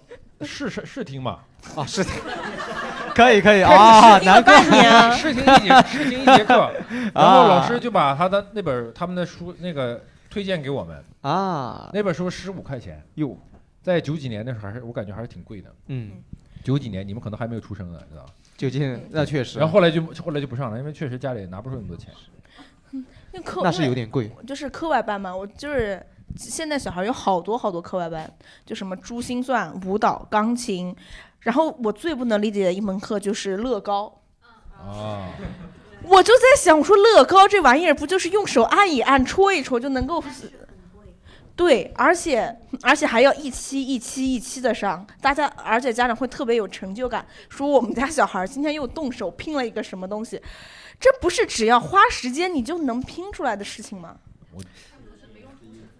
[SPEAKER 6] 试试试听嘛，
[SPEAKER 2] 啊，是的，可以 可以啊，难怪
[SPEAKER 6] 试听一节试听一节课， 然后老师就把他的那本他们的书那个推荐给我们，
[SPEAKER 2] 啊，
[SPEAKER 6] 那本书十五块钱，
[SPEAKER 2] 哟，
[SPEAKER 6] 在九几年那时候还是我感觉还是挺贵的。
[SPEAKER 2] 嗯，
[SPEAKER 6] 九几年你们可能还没有出生呢，知道吧？
[SPEAKER 2] 酒精那确实，
[SPEAKER 6] 然后后来就后来就不上了，因为确实家里也拿不出那么多钱。
[SPEAKER 4] 嗯那课
[SPEAKER 2] 那
[SPEAKER 4] 因
[SPEAKER 2] 是
[SPEAKER 4] 为
[SPEAKER 2] 有点贵
[SPEAKER 4] 就是课外班嘛，我就是现在小孩有好多好多课外班，就什么珠心算、舞蹈、钢琴，然后我最不能理解的一门课就是乐高。
[SPEAKER 2] 哦
[SPEAKER 6] 啊，
[SPEAKER 4] 我就在想，我说乐高这玩意儿不就是用手按一按、戳一戳就能够？对，而且而且还要一期一期一期的上，大家而且家长会特别有成就感，说我们家小孩今天又动手拼了一个什么东西，这不是只要花时间你就能拼出来的事情吗？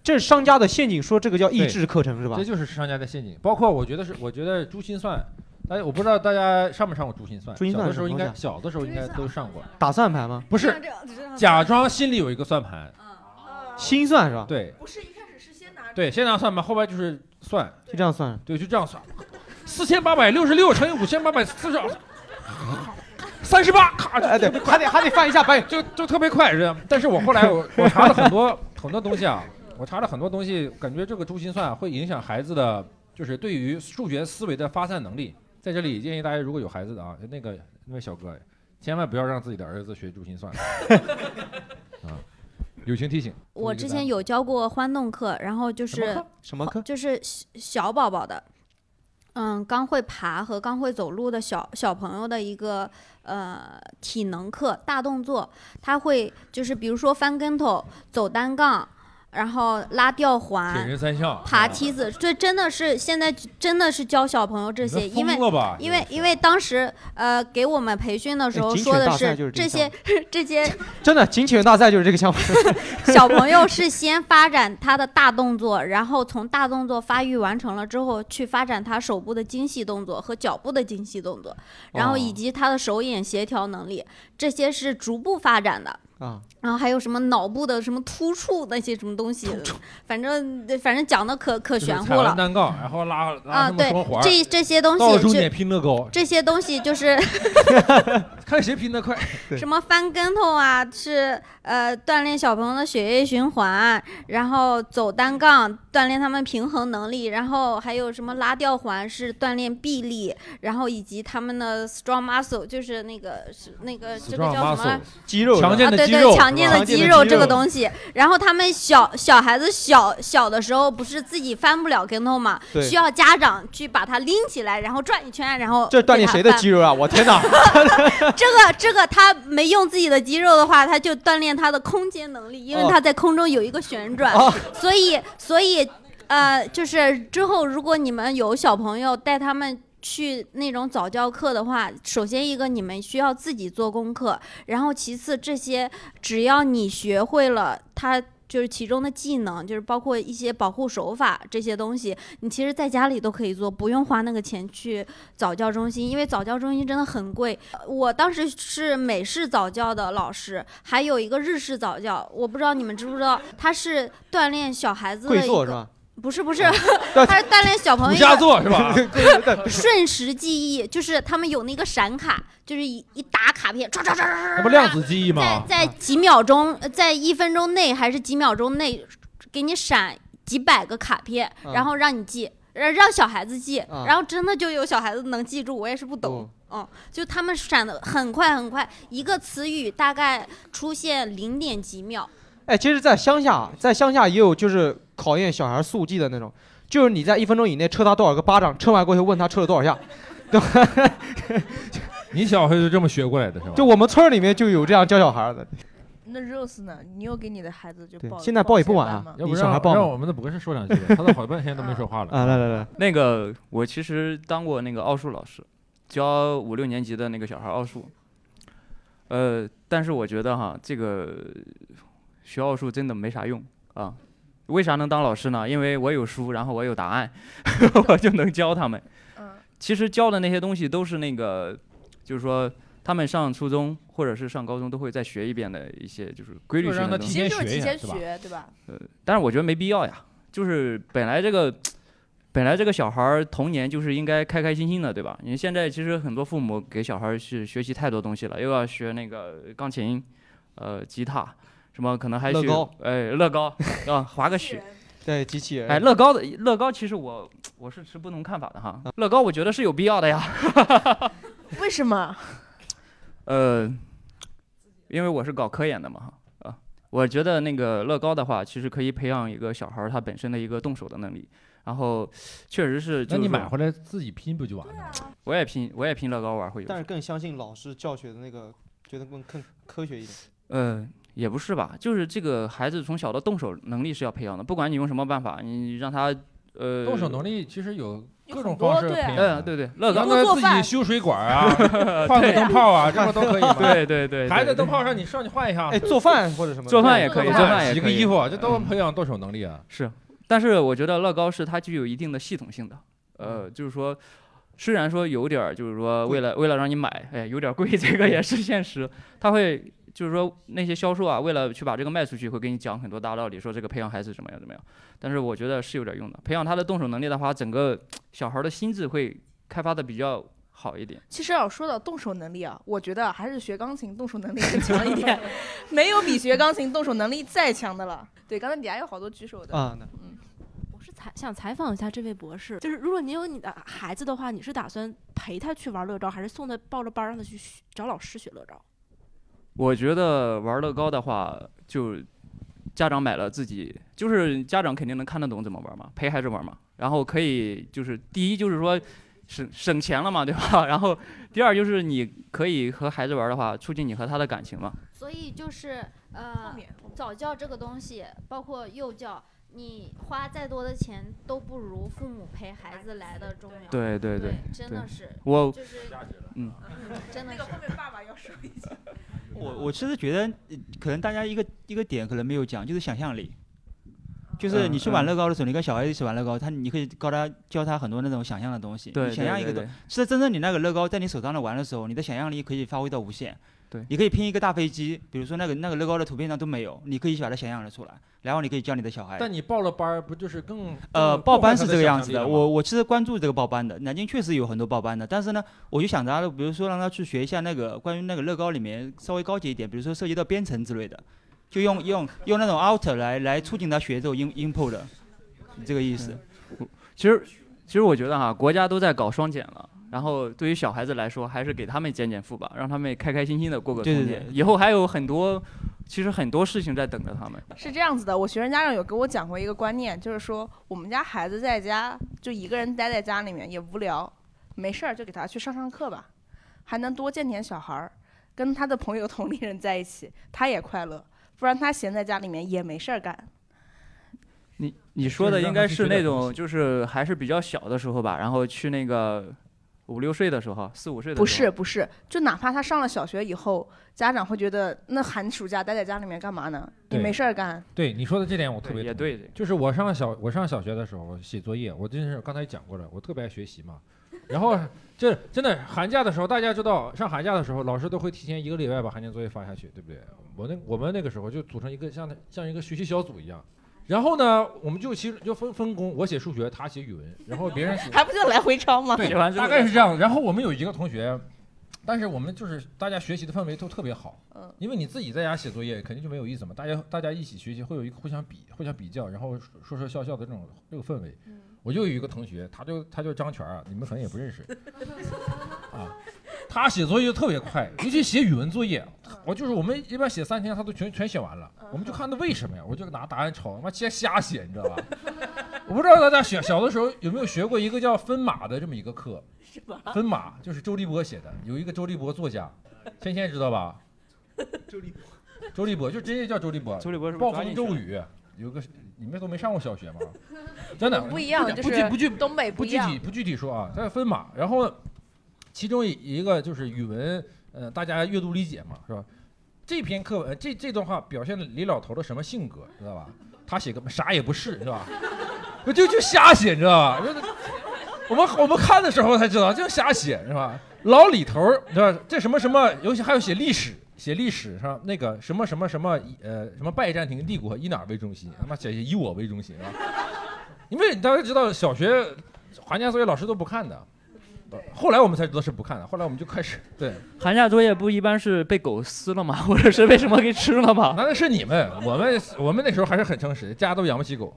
[SPEAKER 2] 这是商家的陷阱，说这个叫益
[SPEAKER 6] 对
[SPEAKER 2] 智课程是吧
[SPEAKER 6] 这？就是商家的陷阱。包括我觉得是，我觉得珠心算，大家我不知道大家上没上过珠心算，
[SPEAKER 2] 珠心算
[SPEAKER 6] 小的
[SPEAKER 2] 是
[SPEAKER 6] 时候
[SPEAKER 2] 什么
[SPEAKER 6] 应该
[SPEAKER 2] 东
[SPEAKER 6] 小的时候应该都上过，
[SPEAKER 2] 打算盘吗？
[SPEAKER 6] 不是假装心里有一个算盘，
[SPEAKER 2] 心算是吧？
[SPEAKER 6] 对
[SPEAKER 4] 不是一开始是先拿
[SPEAKER 6] 对，先拿算盘，后边就是算，
[SPEAKER 2] 就这样算。
[SPEAKER 6] 对，就这样算，四千八百六十六乘以五千八百四十。三十八，咔，就哎
[SPEAKER 2] 哎，对，还得还得翻一下白眼。
[SPEAKER 6] 就就特别快，是这样。但是我后来我我查了很多很多东西啊，我查了很多东西，感觉这个珠心算会影响孩子的，就是对于数学思维的发散能力。在这里建议大家，如果有孩子的啊，那个那位小哥，千万不要让自己的儿子学珠 心算啊。友情提醒，
[SPEAKER 8] 我之前有教过欢弄课，然后就
[SPEAKER 6] 什么
[SPEAKER 8] 是
[SPEAKER 6] 课
[SPEAKER 2] 什么课？
[SPEAKER 8] 就是小小宝宝的，嗯，刚会爬和刚会走路的小小朋友的一个呃体能课，大动作，他会就是比如说翻跟头、走单杠，然后拉吊
[SPEAKER 6] 铁
[SPEAKER 8] 环、
[SPEAKER 6] 人三项，啊
[SPEAKER 8] 爬梯子，这真的是现在真的是教小朋友这
[SPEAKER 6] 你
[SPEAKER 8] 些，
[SPEAKER 6] 们
[SPEAKER 8] 因为
[SPEAKER 6] 疯了吧？
[SPEAKER 8] 因为因为当时呃给我们培训的时
[SPEAKER 2] 哎
[SPEAKER 8] 候
[SPEAKER 2] 警
[SPEAKER 8] 说
[SPEAKER 2] 犬
[SPEAKER 8] 的
[SPEAKER 2] 大赛
[SPEAKER 8] 是
[SPEAKER 2] 就是这
[SPEAKER 8] 这
[SPEAKER 2] 个
[SPEAKER 8] 些这些
[SPEAKER 2] 真的，警犬大赛就是这个项目。
[SPEAKER 8] 小朋友是先发展他的大动作，然后从大动作发育完成了之后，去发展他手部的精细动作和脚部的精
[SPEAKER 2] 哦
[SPEAKER 8] 细动作，然后以及他的手眼协调能力，这些是逐步发展的。
[SPEAKER 2] 啊，
[SPEAKER 8] 然后还有什么脑部的什么突触那些什么东西，反正反正讲的可可
[SPEAKER 6] 就是
[SPEAKER 8] 玄乎
[SPEAKER 6] 踩完
[SPEAKER 8] 了
[SPEAKER 6] 蛋糕，然后拉拉
[SPEAKER 8] 啊！
[SPEAKER 6] 他们
[SPEAKER 8] 对
[SPEAKER 6] 双环，，
[SPEAKER 8] 这这些东
[SPEAKER 6] 到了
[SPEAKER 8] 西
[SPEAKER 6] 终点
[SPEAKER 8] 这
[SPEAKER 6] 拼乐高，
[SPEAKER 8] 这些东西就是。
[SPEAKER 6] 看谁拼得快。
[SPEAKER 8] 什么翻跟头啊，是呃锻炼小朋友的血液循环，然后走单杠锻炼他们平衡能力，然后还有什么拉吊环是锻炼臂力，然后以及他们的 strong muscle 就是那个是那个这个
[SPEAKER 6] Strong
[SPEAKER 8] 叫什么
[SPEAKER 6] muscle
[SPEAKER 8] 来？
[SPEAKER 2] 肌肉
[SPEAKER 6] 强健
[SPEAKER 8] 啊，
[SPEAKER 6] 的
[SPEAKER 8] 对
[SPEAKER 6] 肌
[SPEAKER 8] 对，
[SPEAKER 6] 肉
[SPEAKER 8] 强
[SPEAKER 6] 是
[SPEAKER 8] 健
[SPEAKER 6] 吧
[SPEAKER 8] 的肌肉这个东西，然后他们小小孩子小小的时候不是自己翻不了跟头嘛，
[SPEAKER 2] 对
[SPEAKER 8] 需要家长去把它拎起来，然后转一圈，然后
[SPEAKER 2] 这锻炼
[SPEAKER 8] 给他
[SPEAKER 2] 谁的
[SPEAKER 8] 翻
[SPEAKER 2] 肌肉啊？我天哪！
[SPEAKER 8] 这个这个他没用自己的肌肉的话，他就锻炼他的空间能力，因为
[SPEAKER 2] 哦
[SPEAKER 8] 他在空中有一个旋转，
[SPEAKER 2] 哦
[SPEAKER 8] 所以所以呃，就是之后如果你们有小朋友带他们。去那种早教课的话，首先一个你们需要自己做功课，然后其次这些只要你学会了它就是其中的技能，就是包括一些保护手法这些东西，你其实在家里都可以做，不用花那个钱去早教中心，因为早教中心真的很贵。呃我当时是美式早教的老师，还有一个日式早教，我不知道你们知不知道，它是锻炼小孩子的
[SPEAKER 2] 跪
[SPEAKER 8] 一
[SPEAKER 2] 坐是
[SPEAKER 8] 个，
[SPEAKER 2] 吧？
[SPEAKER 8] 不是不是，
[SPEAKER 6] 啊
[SPEAKER 8] 它是锻炼小朋
[SPEAKER 6] 土
[SPEAKER 8] 友
[SPEAKER 6] 下座 是吧？
[SPEAKER 8] 瞬时记忆，就是他们有那个闪卡，就是一一打卡片，唰唰唰唰唰，
[SPEAKER 6] 那不量子记忆
[SPEAKER 8] 啊在
[SPEAKER 6] 吗？
[SPEAKER 8] 在
[SPEAKER 2] 嗯
[SPEAKER 8] 几秒钟，呃在一分钟内还是几秒钟内，给你闪几百个卡片，
[SPEAKER 2] 嗯
[SPEAKER 8] 然后让你记，让让小孩子记，
[SPEAKER 2] 嗯
[SPEAKER 8] 然后真的就有小孩子能记住，我也是不懂。嗯，就他们闪的很快很快，一个词语大概出现零点几秒。
[SPEAKER 2] 哎，其实，在乡下，在乡下也有就是考验小孩速记的那种，就是你在一分钟以内抽他多少个巴掌，抽完过后问他抽了多少下。
[SPEAKER 6] 你小时候就这么学过来的是吧？
[SPEAKER 2] 就我们村儿里面就有这样教小孩儿的。
[SPEAKER 4] 那 Rose 呢？你有给你的孩子就
[SPEAKER 2] 对
[SPEAKER 4] 报
[SPEAKER 2] 现在报也不晚啊
[SPEAKER 4] 啊。
[SPEAKER 6] 要不
[SPEAKER 2] 你小孩
[SPEAKER 6] 让
[SPEAKER 2] 棒吗
[SPEAKER 6] 让我们的博士说两句 吧，他都好半天都没说话了。
[SPEAKER 2] 啊，来来来，
[SPEAKER 5] 那个我其实当过那个奥数老师，教五六年级的那个小孩奥数。呃，但是我觉得哈，这个学奥数真的没啥用啊。为啥能当老师呢？因为我有书，然后我有答案， 我就能教他们。
[SPEAKER 4] 嗯
[SPEAKER 5] 其实教的那些东西都是那个，就是说他们上初中或者是上高中都会再学一遍的一些就是规律
[SPEAKER 6] 就
[SPEAKER 5] 性
[SPEAKER 6] 让
[SPEAKER 5] 的
[SPEAKER 6] 他
[SPEAKER 5] 东西
[SPEAKER 4] 其实
[SPEAKER 6] 提。
[SPEAKER 4] 就是
[SPEAKER 6] 学
[SPEAKER 4] 提
[SPEAKER 6] 一
[SPEAKER 4] 前
[SPEAKER 6] 下是吧
[SPEAKER 4] 学，对吧？
[SPEAKER 5] 呃但是我觉得没必要呀，就是本来这个。本来这个小孩儿童年就是应该开开心心的，对吧？你现在其实很多父母给小孩儿去学习太多东西了，又要学那个钢琴，呃，吉他，什么可能还
[SPEAKER 2] 乐
[SPEAKER 5] 去
[SPEAKER 2] 高，
[SPEAKER 5] 哎，乐高啊，滑个雪，
[SPEAKER 2] 对机器人，
[SPEAKER 5] 哎，乐高的乐高，其实我我是持不同看法的
[SPEAKER 2] 嗯
[SPEAKER 5] 哈。乐高我觉得是有必要的呀，
[SPEAKER 4] 为什么？
[SPEAKER 5] 呃，因为我是搞科研的嘛，哈啊，我觉得那个乐高的话，其实可以培养一个小孩儿他本身的一个动手的能力。然后，确实是，
[SPEAKER 6] 那
[SPEAKER 5] 就是
[SPEAKER 6] 你
[SPEAKER 5] 说
[SPEAKER 6] 买回来自己拼不就完了吗？
[SPEAKER 5] 我也拼，我也拼乐高玩儿会有
[SPEAKER 2] 但。是更相信老师教学的那个，觉得更更科学一点。
[SPEAKER 5] 呃，也不是吧，就是这个孩子从小的动手能力是要培养的，不管你用什么办法，你让他呃
[SPEAKER 6] 动手能力其实有各种
[SPEAKER 4] 有很多
[SPEAKER 6] 方式
[SPEAKER 4] 对啊
[SPEAKER 6] 培养
[SPEAKER 5] 嗯、
[SPEAKER 6] 的。
[SPEAKER 5] 对对，乐
[SPEAKER 6] 让
[SPEAKER 5] 高，
[SPEAKER 6] 他
[SPEAKER 4] 做
[SPEAKER 6] 自己
[SPEAKER 4] 饭
[SPEAKER 6] 修水管啊， 换个灯泡啊，这不都可以吗？，
[SPEAKER 5] 对对对，
[SPEAKER 6] 孩子
[SPEAKER 5] 对
[SPEAKER 6] 灯泡让你上去换一下
[SPEAKER 2] 哎，，做饭或者什么的？
[SPEAKER 5] 做饭也可以，
[SPEAKER 4] 做
[SPEAKER 5] 做
[SPEAKER 4] 饭
[SPEAKER 5] 饭也
[SPEAKER 6] 洗
[SPEAKER 5] 可
[SPEAKER 6] 个
[SPEAKER 5] 以嗯
[SPEAKER 6] 衣服，啊这都培养动手能力啊。
[SPEAKER 5] 是，但是我觉得乐高是它具有一定的系统性的，呃，就是说，虽然说有点儿，就是说为了为了让你买，哎，有点儿贵， 这个也是现实。他会就是说那些销售啊，为了去把这个卖出去，会给你讲很多大道理，说这个培养孩子怎么样怎么样。但是我觉得是有点用的，培养他的动手能力的话，整个小孩儿的心智会开发的比较好一点。
[SPEAKER 4] 其实要说到动手能力啊，我觉得还是学钢琴动手能力更强一 点，没有比学钢琴动手能力再强的了。对，刚才底下有好多举手的，嗯
[SPEAKER 2] 啊，那
[SPEAKER 7] 我是采想采访一下这位博士，就是如果您有你的孩子的话，你是打算陪他去玩乐高，还是送他报了班儿让他去学找老师学乐高？
[SPEAKER 5] 我觉得玩乐高的话，就家长买了自己，就是家长肯定能看得懂怎么玩嘛，陪孩子玩嘛。然后可以就是第一就是说省省钱了嘛，对吧？然后第二就是你可以和孩子玩的话，促进你和他的感情嘛。
[SPEAKER 8] 所以就是呃
[SPEAKER 4] 后，面
[SPEAKER 8] 早教这个东西，包括幼教，你花再多的钱都不如父母陪孩子来的重要。
[SPEAKER 5] 对对
[SPEAKER 8] 对
[SPEAKER 5] 对，
[SPEAKER 8] 真
[SPEAKER 5] 对
[SPEAKER 8] 的是，
[SPEAKER 5] 我
[SPEAKER 8] 就是
[SPEAKER 5] 嗯，
[SPEAKER 8] 真的是
[SPEAKER 4] 那个。后面爸爸要说一句，
[SPEAKER 10] 我我其实觉得，呃可能大家一个一个点可能没有讲，就是想象力。就是你吃
[SPEAKER 5] 嗯
[SPEAKER 10] 玩乐高的时候，你跟小孩一起玩乐高，他你可以教他教他很多那种想象的东西，
[SPEAKER 5] 对
[SPEAKER 10] 你想
[SPEAKER 5] 对
[SPEAKER 10] 象一
[SPEAKER 5] 对
[SPEAKER 10] 个东
[SPEAKER 5] 对，
[SPEAKER 10] 其实真正你那个乐高在你手上的玩的时候，你的想象力可以发挥到无限。
[SPEAKER 5] 对，
[SPEAKER 10] 你可以拼一个大飞机，比如说那个那个乐高的图片上都没有，你可以把它想象的出来，然后你可以教你的小孩。
[SPEAKER 6] 但你报了班儿，不就是更
[SPEAKER 10] 呃，
[SPEAKER 6] 更
[SPEAKER 10] 报
[SPEAKER 6] 扩
[SPEAKER 10] 班
[SPEAKER 6] 大
[SPEAKER 10] 是
[SPEAKER 6] 他
[SPEAKER 10] 这个
[SPEAKER 6] 想
[SPEAKER 10] 样
[SPEAKER 6] 象
[SPEAKER 10] 子
[SPEAKER 6] 力
[SPEAKER 10] 的，
[SPEAKER 6] 了吗
[SPEAKER 10] 我我其实关注这个报班的，南京确实有很多报班的，但是呢，我就想着，比如说让他去学一下那个关于那个乐高里面稍微高级一点，比如说涉及到编程之类的，就用用用那种 out 来来促进他学这种 in input 的，这个意思。
[SPEAKER 5] 其实，其实我觉得哈、国家都在搞双减了，然后对于小孩子来说，还是给他们减减负吧，让他们开开心心的过个
[SPEAKER 10] 对
[SPEAKER 5] 春
[SPEAKER 10] 对
[SPEAKER 5] 节。
[SPEAKER 10] 对
[SPEAKER 5] 以后还有很多，其实很多事情在等着他们。
[SPEAKER 4] 是这样子的，我学生家长有给我讲过一个观念，就是说我们家孩子在家就一个人待在家里面也无聊，没事儿就给他去上上课吧，还能多见点小孩儿，跟他的朋友同龄人在一起，他也快乐。不然他闲在家里面也没事儿干。
[SPEAKER 5] 你你说的
[SPEAKER 4] 让
[SPEAKER 5] 应
[SPEAKER 4] 他
[SPEAKER 5] 该
[SPEAKER 4] 去
[SPEAKER 5] 是
[SPEAKER 4] 学点
[SPEAKER 5] 那
[SPEAKER 4] 东
[SPEAKER 5] 种，就是还是比较小的时候吧，然后去那个五六岁的时候，四五岁的时候。
[SPEAKER 4] 不是不是，就哪怕他上了小学以后，家长会觉得那寒暑假待在家里面干嘛呢？你
[SPEAKER 6] 对
[SPEAKER 4] 没事儿干。
[SPEAKER 6] 对你说的这点我特别
[SPEAKER 5] 也
[SPEAKER 6] 同意
[SPEAKER 5] 对
[SPEAKER 6] 就是我上小我上小学的时候写作业，我真是刚才讲过了，我特别爱学习嘛。然后这真的寒假的时候，大家知道上寒假的时候，老师都会提前一个礼拜把寒假作业发下去，对不对？我那我们那个时候就组成一个像像一个学习小组一样。然后呢，我们就其实就分分工，我写数学，他写语文，然后别人
[SPEAKER 4] 还不就来回抄吗？
[SPEAKER 6] 对，大概是这样。然后我们有一个同学，但是我们就是大家学习的氛围都特别好，
[SPEAKER 4] 嗯，
[SPEAKER 6] 因为你自己在家写作业肯定就没有意思嘛，大家大家一起学习会有一个互相比、互相比较，然后说说说笑笑的这种这个氛围。我就有一个同学，他就他就张全啊，你们可能也不认识啊，他写作业就特别快，尤其写语文作业，我就是我们一般写三天，他都全全写完了，我们就看他为什么呀，我就拿答案抄，他妈先瞎写，你知道吧？我不知道大家小小的时候有没有学过一个叫分码的这么一个课，
[SPEAKER 4] 是吧？
[SPEAKER 11] 啊
[SPEAKER 6] 分码就是周立波写的，有一个周立波作家，芊芊知 道吧？ 周立波，周立波就直接叫周立波。
[SPEAKER 10] 周立波是不是
[SPEAKER 6] 暴
[SPEAKER 10] 抓进
[SPEAKER 6] 风
[SPEAKER 10] 去了
[SPEAKER 6] 骤雨，有个你们都没上过小学吗？真的
[SPEAKER 11] 不一样
[SPEAKER 6] 不
[SPEAKER 11] 就
[SPEAKER 6] 不
[SPEAKER 11] 是
[SPEAKER 6] 具不具
[SPEAKER 11] 东北
[SPEAKER 6] 不
[SPEAKER 11] 不一
[SPEAKER 6] 具
[SPEAKER 11] 样
[SPEAKER 6] 体不具体说啊，它是分码，然后其中一个就是语文，呃，大家阅读理解嘛，是吧？这篇课文这这段话表现了李老头的什么性格，知道吧？他写个啥也不是，是吧？ 我就就瞎写，你知道吧？就是我们我们看的时候才知道，就瞎写是吧？老李头儿，你知道这什么什么，尤其还有写历史，写历史上那个什么什么什么，呃，什么拜占庭帝国以哪儿为中心？他妈写以我为中心啊！ 因为你大家知道，小学寒假作业老师都不看的，呃后来我们才知道是不看的，后来我们就开 始对。
[SPEAKER 5] 寒假作业不一般是被狗撕了吗？ 或者是被什么给吃了吗？
[SPEAKER 6] 那那是你们，我们我们那时候还是很诚实，家都养不起狗。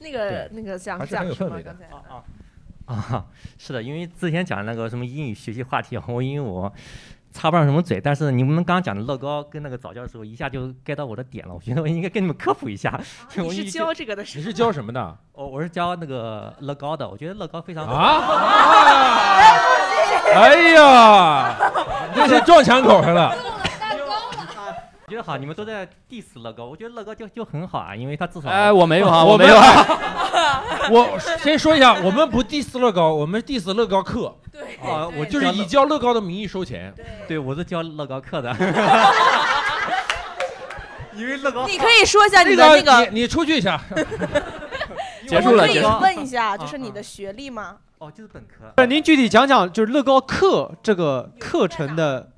[SPEAKER 4] 那个那个讲
[SPEAKER 6] 还是很
[SPEAKER 4] 讲
[SPEAKER 6] 有
[SPEAKER 4] 什
[SPEAKER 6] 氛
[SPEAKER 4] 么？
[SPEAKER 6] 围的
[SPEAKER 4] 刚才
[SPEAKER 12] 啊， 是的，因为之前讲那个什么英语学习话题，我因为我插不上什么嘴，但是你们刚刚讲的乐高跟那个早教的时候，一下就 get 到我的点了。我觉得我应该跟你们科普一下。
[SPEAKER 4] 啊 你是教这个的是
[SPEAKER 6] 你是教什么的？
[SPEAKER 12] 哦，我是教那个乐高的。我觉得乐高非常好
[SPEAKER 6] 啊！哎呀，你这是撞枪口上了。
[SPEAKER 12] 我觉得好，你们都在 diss 乐高，我觉得乐高就就很好啊，因为它至少
[SPEAKER 5] 哎我没 有啊
[SPEAKER 6] 我
[SPEAKER 5] 我没有啊
[SPEAKER 6] 我先说一下，我们不 diss 乐高，我们 diss 乐高课。
[SPEAKER 12] 对啊，我
[SPEAKER 6] 就是以教乐高的名义收钱。
[SPEAKER 12] 对，我是教乐高课的。因为乐高，
[SPEAKER 4] 你可以说一下你的
[SPEAKER 6] 那
[SPEAKER 4] 那个
[SPEAKER 6] 你你出去一下。
[SPEAKER 4] 我可以问一 下，
[SPEAKER 2] 啊
[SPEAKER 4] 就是你的学历吗？
[SPEAKER 12] 哦，就是本科。
[SPEAKER 2] 呃，您具体讲讲就是乐高课这个课程的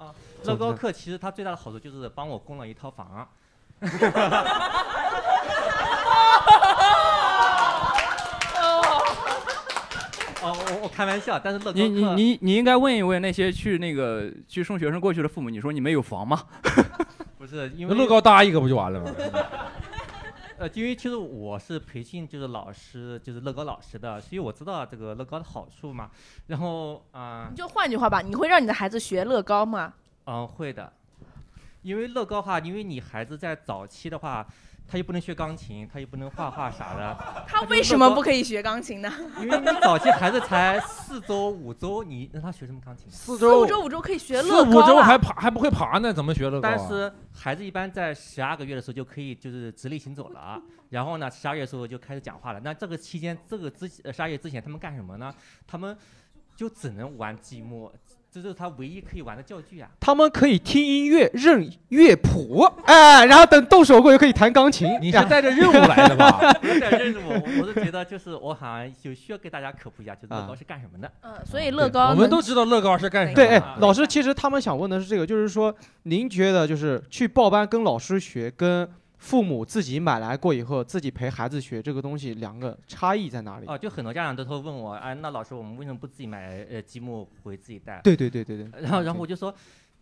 [SPEAKER 12] 乐高课其实它最大的好处就是帮我供了一套 房。啊哦，我我开玩笑，但是乐高
[SPEAKER 5] 你你
[SPEAKER 12] 课
[SPEAKER 5] 你你应该问一问那些去那个去送学生过去的父母，你说你们有房吗？
[SPEAKER 12] 不是因
[SPEAKER 6] 那
[SPEAKER 12] 为
[SPEAKER 6] 乐高搭一个不就完了吗？
[SPEAKER 12] 呃，因为其实我是培训就是老师，就是乐高老师的，所以我知道这个乐高的好处嘛。然后啊，
[SPEAKER 4] 你就换句话吧，你会让你的孩子学乐高吗？
[SPEAKER 12] 嗯，会的，因为乐高的话，因为你孩子在早期的话，他又不能学钢琴，他又不能画画啥的，
[SPEAKER 4] 他
[SPEAKER 12] 就
[SPEAKER 4] 为
[SPEAKER 12] 乐
[SPEAKER 4] 什么
[SPEAKER 12] 高
[SPEAKER 4] 不可以学钢琴呢？
[SPEAKER 12] 因为你早期孩子才四周五周，你让他学什么钢琴？啊
[SPEAKER 6] 四
[SPEAKER 4] 周四五周五周可以学
[SPEAKER 6] 四
[SPEAKER 4] 乐
[SPEAKER 6] 五
[SPEAKER 4] 高
[SPEAKER 6] 周还
[SPEAKER 4] 啊。
[SPEAKER 6] 爬还不会爬呢，怎么学乐高、啊？
[SPEAKER 12] 但是孩子一般在十二个月的时候就可以就是直立行走了啊，然后呢，十二月的时候就开始讲话了。那这个呃期间，这个之十二月之前他们干什么呢？他们就只能玩积木，这就是他唯一可以玩的教具啊。
[SPEAKER 2] 他们可以听音乐、认乐谱，哎，然后等动手过又可以弹钢琴。
[SPEAKER 6] 你是带着任务来 的吧
[SPEAKER 12] 不是带着任务，我我是觉得就是我好像有需要给大家科普一下，就是乐高是干什么的。
[SPEAKER 4] 嗯，所以乐高
[SPEAKER 6] 啊我们都知道乐高是干什
[SPEAKER 12] 啊
[SPEAKER 6] 么的。
[SPEAKER 2] 对，哎，老师，其实他们想问的是这个，就是说，您觉得就是去报班跟老师学，跟父母自己买来过以后自己陪孩子学这个东西，两个差异在哪里？
[SPEAKER 6] 啊
[SPEAKER 12] 哦，就很多家长都会问我，哎，那老师，我们为什么不自己买呃积木回自己带？
[SPEAKER 2] 对对对对对
[SPEAKER 12] 然后然后我就说。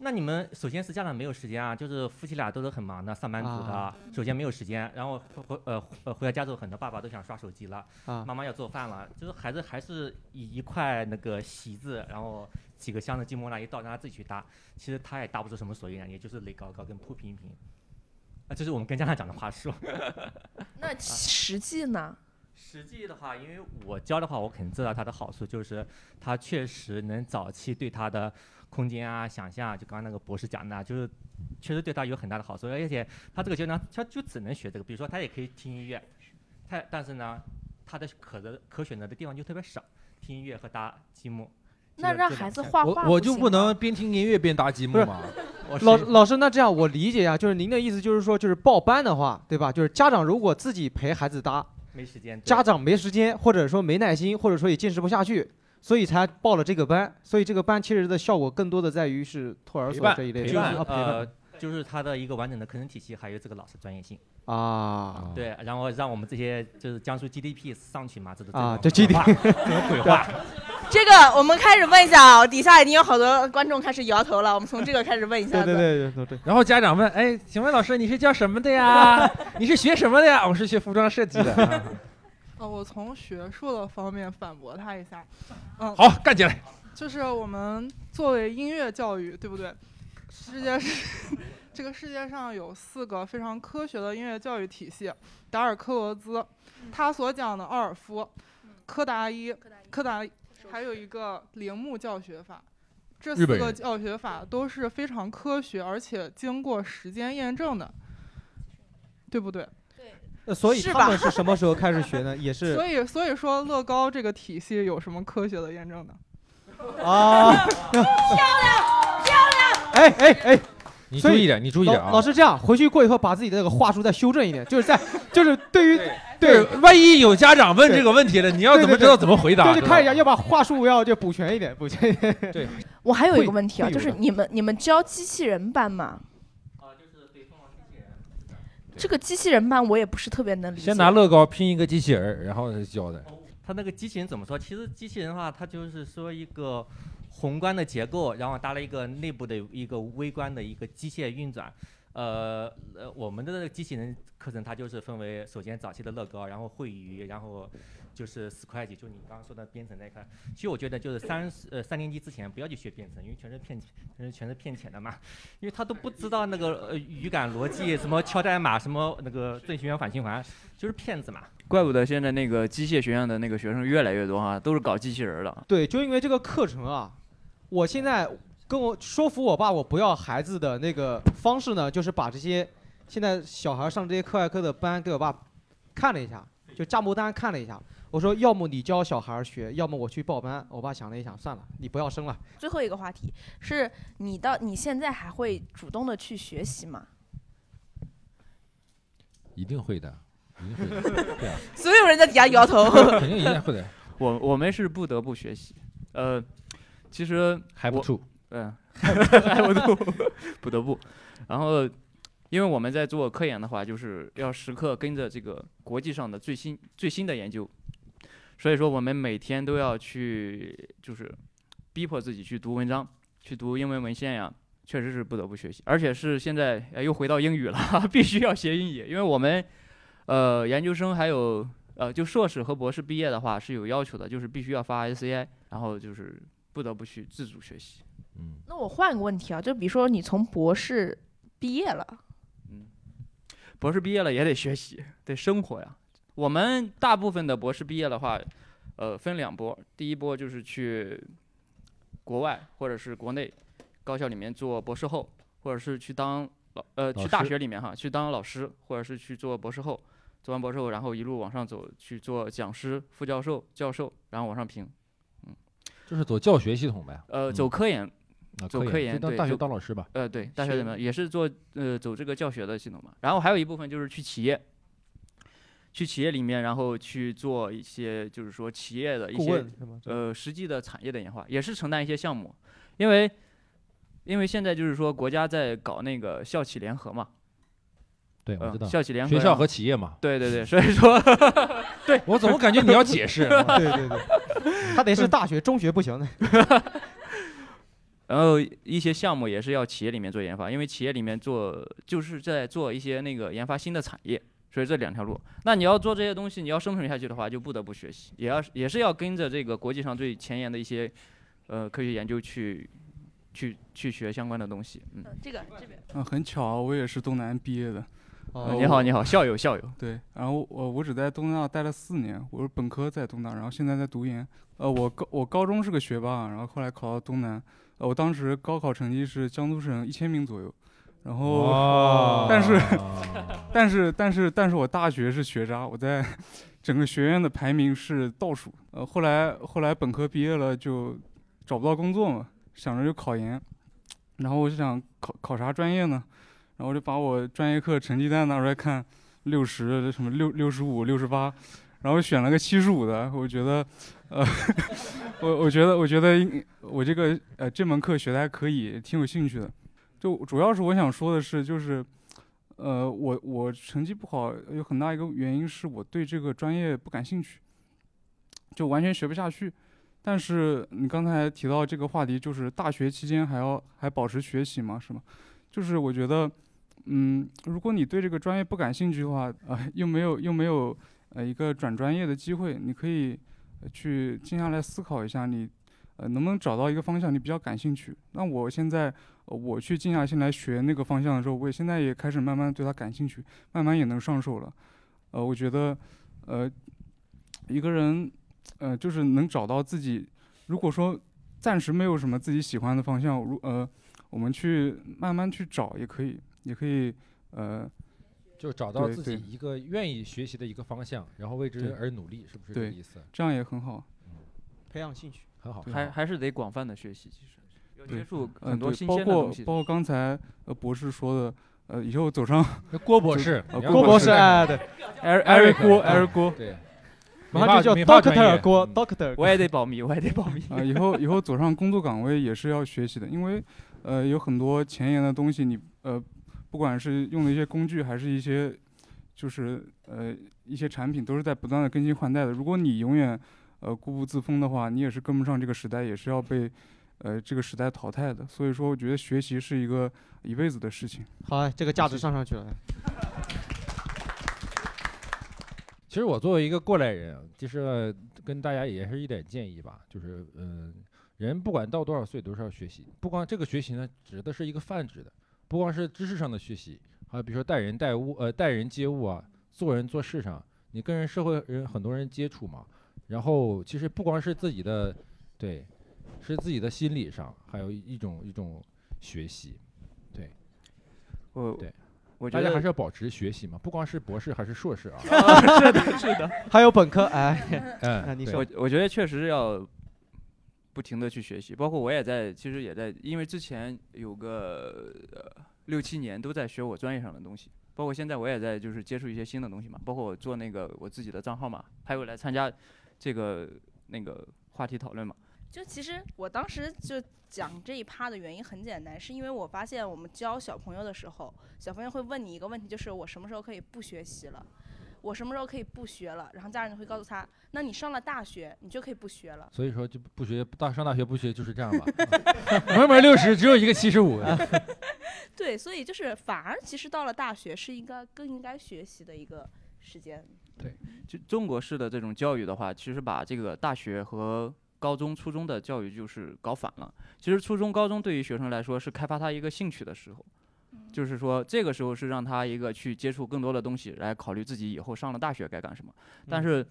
[SPEAKER 12] 那你们首先是家长没有时间啊，就是夫妻俩都是很忙的，上班族的，
[SPEAKER 2] 啊
[SPEAKER 12] 首先没有时间，然后回呃呃回到家之后，很多爸爸都想刷手机了，
[SPEAKER 2] 啊
[SPEAKER 12] 妈妈要做饭了，就是孩子还是以一块那个席子，然后几个箱子积木那一倒，让他自己去搭，其实他也搭不出什么所以然，也就是垒高高跟铺平平，啊，这是我们跟家长讲的话术。
[SPEAKER 4] 那实际呢？
[SPEAKER 12] 实际的话，因为我教的话，我肯定知道它的好处，就是它确实能早期对它的空间啊、想象啊，就刚刚那个博士讲的啊，就是确实对它有很大的好处，而且它这个阶段它就只能学这个，比如说它也可以听音乐，它但是呢，它的可的可选择的地方就特别少，听音乐和搭积木。
[SPEAKER 4] 那
[SPEAKER 12] 这个
[SPEAKER 4] 让
[SPEAKER 12] 这两
[SPEAKER 4] 孩子
[SPEAKER 12] 项
[SPEAKER 4] 画
[SPEAKER 6] 我我就不能边听音乐边搭积木吗？
[SPEAKER 12] 我是
[SPEAKER 2] 老老师，那这样我理解一下，就是您的意思就是说，就是报班的话，对吧？就是家长如果自己陪孩子搭，
[SPEAKER 12] 没时间对
[SPEAKER 2] 家长没时间，或者说没耐心，或者说也见识不下去，所以才报了这个班。所以这个班其实的效果更多的在于是托儿
[SPEAKER 6] 陪
[SPEAKER 2] 所
[SPEAKER 6] 伴
[SPEAKER 2] 这一类的
[SPEAKER 6] 陪
[SPEAKER 12] 就是
[SPEAKER 6] 伴
[SPEAKER 2] 啊陪
[SPEAKER 12] 呃
[SPEAKER 2] 伴，
[SPEAKER 12] 就是它的一个完整的课程体系，还有这个老师专业性。
[SPEAKER 6] 呃
[SPEAKER 2] 啊。
[SPEAKER 12] 对，然后让我们这些就是江苏 GDP 上去嘛，这都
[SPEAKER 2] 啊
[SPEAKER 12] 这
[SPEAKER 2] 这 GDP
[SPEAKER 12] 什么鬼话？
[SPEAKER 4] 这个我们开始问一下啊，底下已经有好多观众开始摇头了，我们从这个开始问一下
[SPEAKER 2] 对
[SPEAKER 4] 子。
[SPEAKER 2] 对对对对，
[SPEAKER 6] 然后家长问：“哎，请问老师你是教什么的 呀？你是学什么的呀？”我是学服装设计的。啊
[SPEAKER 11] 呃，我从学术的方面反驳他一下，嗯，
[SPEAKER 6] 好，干起来！
[SPEAKER 11] 就是我们作为音乐教育，对不对？世界是 这个世界上有四个非常科学的音乐教育体系：达尔科罗兹，他所讲的奥尔夫，柯达伊，嗯柯达，还有一个铃木教学法。这
[SPEAKER 6] 日
[SPEAKER 11] 四
[SPEAKER 6] 本
[SPEAKER 11] 个
[SPEAKER 6] 人
[SPEAKER 11] 教学法都是非常科学，而且经过时间验证的，对不对？
[SPEAKER 2] 呃所以
[SPEAKER 11] 是
[SPEAKER 2] 他
[SPEAKER 11] 吧
[SPEAKER 2] 们是什么时候开始学呢？也是
[SPEAKER 11] 所以，所以说乐高这个体系有什么科学的验证呢？
[SPEAKER 2] 啊，漂亮漂亮！哎哎哎，
[SPEAKER 6] 你
[SPEAKER 2] 所
[SPEAKER 6] 注
[SPEAKER 2] 以
[SPEAKER 6] 意点，你注意点啊！
[SPEAKER 2] 老老师这样，回去过以后把自己的那个话术再修正一点，就是在就是对于 对，
[SPEAKER 6] 对万一有家长问这个问题了，你要怎么知道怎么回答？
[SPEAKER 2] 对，就看一下，要把话术要就补全一点，补全一点。
[SPEAKER 6] 对，
[SPEAKER 4] 我还有一
[SPEAKER 2] 会
[SPEAKER 4] 个问题啊，
[SPEAKER 2] 会有
[SPEAKER 4] 就是
[SPEAKER 2] 的
[SPEAKER 4] 你们你们教机器人班吗？
[SPEAKER 12] 哦
[SPEAKER 4] 这个机器人班我也不是特别能理解。
[SPEAKER 6] 先拿乐高拼一个机器人儿，然后再教的。
[SPEAKER 12] 它那个机器人怎么说？其实机器人的话，它就是说一个宏观的结构，然后搭了一个内部的一个微观的一个机械运转。呃呃，我们的机器人课程它就是分为首先早期的乐高，然后绘鱼，然后就是死会计，就你刚刚说的编程那一块。其实我觉得就是三呃三年级之前不要去学编程，因为全是骗全是全是骗钱的嘛，因为他都不知道那个呃语感逻辑，什么敲代码，什么那个正循环反循环，就是骗子嘛。
[SPEAKER 5] 怪不得现在那个机械学院的那个学生越来越多啊，都是搞机器人儿的。
[SPEAKER 2] 对，就因为这个课程啊，我现在跟我说服我爸我不要孩子的那个方式呢，就是把这些现在小孩上这些课外课的班给我爸看了一下，就价目单看了一下。我说，要么你教小孩学，要么我去报班。我爸想了一想，算了，你不要生了。
[SPEAKER 4] 最后一个话题是你到你现在还会主动的去学习吗？
[SPEAKER 6] 一定会的，一定会 的，对啊，
[SPEAKER 4] 所有人在底下摇头。
[SPEAKER 6] 肯定一定会的，
[SPEAKER 5] 我我们是不得不学习，呃，其实
[SPEAKER 6] 还不
[SPEAKER 5] 我
[SPEAKER 6] 错。
[SPEAKER 5] 嗯， 还不得不不得不，然后因为我们在做科研的话，就是要时刻跟着这个国际上的最新最新的研究，所以说我们每天都要去就是逼迫自己去读文章，去读英文文献呀。确实是不得不学习，而且是现在、呃、又回到英语了， 必须要学英语，因为我们呃研究生还有呃就硕士和博士毕业的话是有要求的，就是必须要发 SCI，然后就是不得不去自主学习。
[SPEAKER 4] 那我换个问题啊，就比如说你从博士毕业了，
[SPEAKER 5] 博士毕业了也得学习，得生活呀。我们大部分的博士毕业的话，呃，分两波，第一波就是去国外或者是国内高校里面做博士后，或者是去当老呃
[SPEAKER 6] 老
[SPEAKER 5] 去
[SPEAKER 6] 师
[SPEAKER 5] 大学里面哈去当老师，或者是去做博士后。做完博士后，然后一路往上走，去做讲师、副教授、教授，然后往上评。
[SPEAKER 6] 就是走教学系统呗。嗯
[SPEAKER 5] 呃，走科研，
[SPEAKER 6] 啊
[SPEAKER 5] 走
[SPEAKER 6] 科
[SPEAKER 5] 科
[SPEAKER 6] 研
[SPEAKER 5] 研，
[SPEAKER 6] 就当
[SPEAKER 5] 对
[SPEAKER 6] 大学
[SPEAKER 5] 就
[SPEAKER 6] 当老师吧
[SPEAKER 5] 呃，对，大学
[SPEAKER 6] 是
[SPEAKER 5] 里面也是做呃走这个教学的系统嘛。然后还有一部分就是去企业，去企业里面，然后去做一些就是说企业的一
[SPEAKER 2] 顾
[SPEAKER 5] 些
[SPEAKER 2] 问是吗
[SPEAKER 5] 呃实际的产业的演化，也是承担一些项目，因为因为现在就是说国家在搞那个校企联合嘛，
[SPEAKER 6] 对，我
[SPEAKER 5] 嗯
[SPEAKER 6] 知道。
[SPEAKER 5] 校企联合
[SPEAKER 6] 学校
[SPEAKER 5] 然
[SPEAKER 6] 和
[SPEAKER 5] 后
[SPEAKER 6] 企业嘛。
[SPEAKER 5] 对对对，所以 说对
[SPEAKER 6] 我怎么感觉你要 解释
[SPEAKER 2] 对对 对，他得是大学、中学不行的。
[SPEAKER 5] 然后一些项目也是要企业里面做研发，因为企业里面做就是在做一些那个研发新的产业，所以这两条路。那你要做这些东西，你要生存下去的话，就不得不学习，也要也是要跟着这个国际上最前沿的一些呃科学研究去去去学相关的东西。嗯，
[SPEAKER 4] 这个这边
[SPEAKER 3] 嗯，很巧啊，我也是东南毕业的。
[SPEAKER 5] 哦
[SPEAKER 3] 呃
[SPEAKER 5] 你好
[SPEAKER 3] 我
[SPEAKER 5] 你好校友校友
[SPEAKER 3] 对，然后我呃我只在东大待了四年，我是本科在东大，然后现在在读研。呃，我高我高中是个学霸，然后后来考到东南，呃，我当时高考成绩是江苏省一千名左右，然后
[SPEAKER 6] 哇
[SPEAKER 3] 但 是 但是但是但是我大学是学渣，我在 整个学院的排名是倒数。呃，后来后来本科毕业了就找不到工作嘛，想着就考研，然后我就想考考啥专业呢？然后我就把我专业课成绩单拿出来看，六十什么六六十五六十八，然后选了个七十五的，我觉得，呃， 我我觉得我觉得应我这个呃这门课学的还可以，挺有兴趣的。就主要是我想说的是，就是，呃，我我成绩不好有很大一个原因是我对这个专业不感兴趣，就完全学不下去。但是你刚才提到这个话题，就是大学期间还要还保持学习嘛，是吗？就是我觉得，嗯，如果你对这个专业不感兴趣的话，呃，又没有又没有呃一个转专业的机会，你可以呃去静下来思考一下你，呃能不能找到一个方向你比较感兴趣。那我现在、呃我去静下心来学那个方向的时候，我也现在也开始慢慢对它感兴趣，慢慢也能上手了。呃，我觉得，呃，一个人，呃，就是能找到自己，如果说暂时没有什么自己喜欢的方向，如呃，我们去慢慢去找也可以，也可以，呃，
[SPEAKER 6] 就找到
[SPEAKER 3] 对
[SPEAKER 6] 自
[SPEAKER 3] 对
[SPEAKER 6] 己一个愿意学习的一个方向，然后为之
[SPEAKER 3] 对
[SPEAKER 6] 而努力，是不是这个
[SPEAKER 3] 对
[SPEAKER 6] 意思？，
[SPEAKER 3] 这样也很好。
[SPEAKER 2] 培养兴趣
[SPEAKER 6] 很好
[SPEAKER 5] 还还是得广泛的学习，其实要
[SPEAKER 3] 对
[SPEAKER 5] 接触
[SPEAKER 3] 嗯
[SPEAKER 5] 很多
[SPEAKER 3] 对
[SPEAKER 5] 新
[SPEAKER 3] 包
[SPEAKER 5] 鲜的
[SPEAKER 3] 括
[SPEAKER 5] 东西。
[SPEAKER 3] 包括刚才呃博士说的，呃，以后走上
[SPEAKER 6] 郭博
[SPEAKER 3] 走
[SPEAKER 6] 士
[SPEAKER 3] 呃
[SPEAKER 6] 你要
[SPEAKER 3] 郭
[SPEAKER 6] 搞
[SPEAKER 3] 博
[SPEAKER 6] 清
[SPEAKER 3] 士，
[SPEAKER 6] 楚
[SPEAKER 3] 哎， 对，艾艾瑞郭，艾瑞
[SPEAKER 6] 嗯
[SPEAKER 3] 郭，
[SPEAKER 6] 对，
[SPEAKER 2] 马上就叫 Doctor 郭 Doctor，
[SPEAKER 5] 嗯我也得保密，我也得保密。
[SPEAKER 3] 啊，以后以后走上工作岗位也是要学习的，因为呃有很多前沿的东西你，呃不管是用的一些工具，还是一些就是呃一些产品，都是在不断的更新换代的。如果你永远呃固步自封的话，你也是跟不上这个时代，也是要被呃这个时代淘汰的。所以说，我觉得学习是一个一辈子的事情。
[SPEAKER 2] 好哎，这个价值上上去了。
[SPEAKER 6] 其实我作为一个过来人，啊，就是呃跟大家也是一点建议吧，就是嗯、人不管到多少岁都是要学习，不光这个学习呢指的是一个泛指的，不光是知识上的学习，还有比如说待人待物，呃待人接物啊，做人做事上，你跟人社会人很多人接触嘛，然后其实不光是自己的，对，是自己的心理上，还有一种一种学习，对，
[SPEAKER 5] 我
[SPEAKER 6] 对。
[SPEAKER 5] 我觉
[SPEAKER 6] 大家
[SPEAKER 5] 得
[SPEAKER 6] 还是要保持学习嘛，不光是博士还是硕士 啊，
[SPEAKER 5] 是的，是的，
[SPEAKER 2] 还有本科， 哎，
[SPEAKER 6] 嗯
[SPEAKER 2] 那你
[SPEAKER 6] 对
[SPEAKER 2] 说
[SPEAKER 5] 我我觉得确实要不停的去学习，包括我也在，其实也在，因为之前有个、呃、六七年都在学我专业上的东西，包括现在我也在就是接触一些新的东西嘛，包括我做那个我自己的账号嘛，还有来参加这个那个话题讨论嘛，
[SPEAKER 4] 就其实我当时就讲这一趴的原因很简单，是因为我发现我们教小朋友的时候，小朋友会问你一个问题，就是我什么时候可以不学习了，我什么时候可以不学了，然后家长就会告诉他，那你上了大学，你就可以不学了。
[SPEAKER 6] 所以说就不不学大上大学不学就是这样 吧，门门六十只有一个七十五，
[SPEAKER 4] 对，所以就是反而其实到了大学是应该更应该学习的一个时间。
[SPEAKER 5] 就中国式的这种教育的话，其实把这个大学和高中、初中的教育就是搞反了。其实初中、高中对于学生来说是开发他一个兴趣的时候，就是说这个时候是让他一个去接触更多的东西，来考虑自己以后上了大学该干什么。但是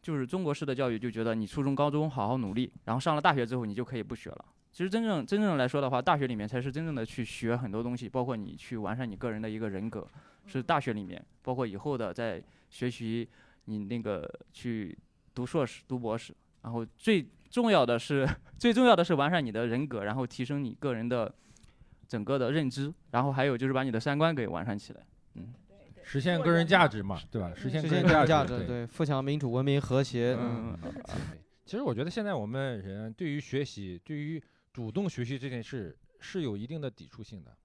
[SPEAKER 5] 就是中国式的教育就觉得你初中、高中好好努力，然后上了大学之后你就可以不学了。其实真正真正来说的话，大学里面才是真正的去学很多东西，包括你去完善你个人的一个人格，是大学里面，包括以后的在学习你那个去读硕士、读博士，然后最重要的是 最重要的是完善你的人格，然后提升你个人的整个的认知，然后还有就是把你的三观给完善起来。嗯，
[SPEAKER 6] 实现个人价值嘛，对吧？实现
[SPEAKER 2] 实
[SPEAKER 6] 个
[SPEAKER 2] 现
[SPEAKER 6] 人
[SPEAKER 2] 个人
[SPEAKER 6] 价
[SPEAKER 2] 价
[SPEAKER 6] 值
[SPEAKER 2] 值，
[SPEAKER 6] 对。
[SPEAKER 2] 对，富强、民主、文明、和谐，嗯，
[SPEAKER 6] 其实我觉得现在我们人对于学习、对于主动学习这件事是有一定的抵触性的，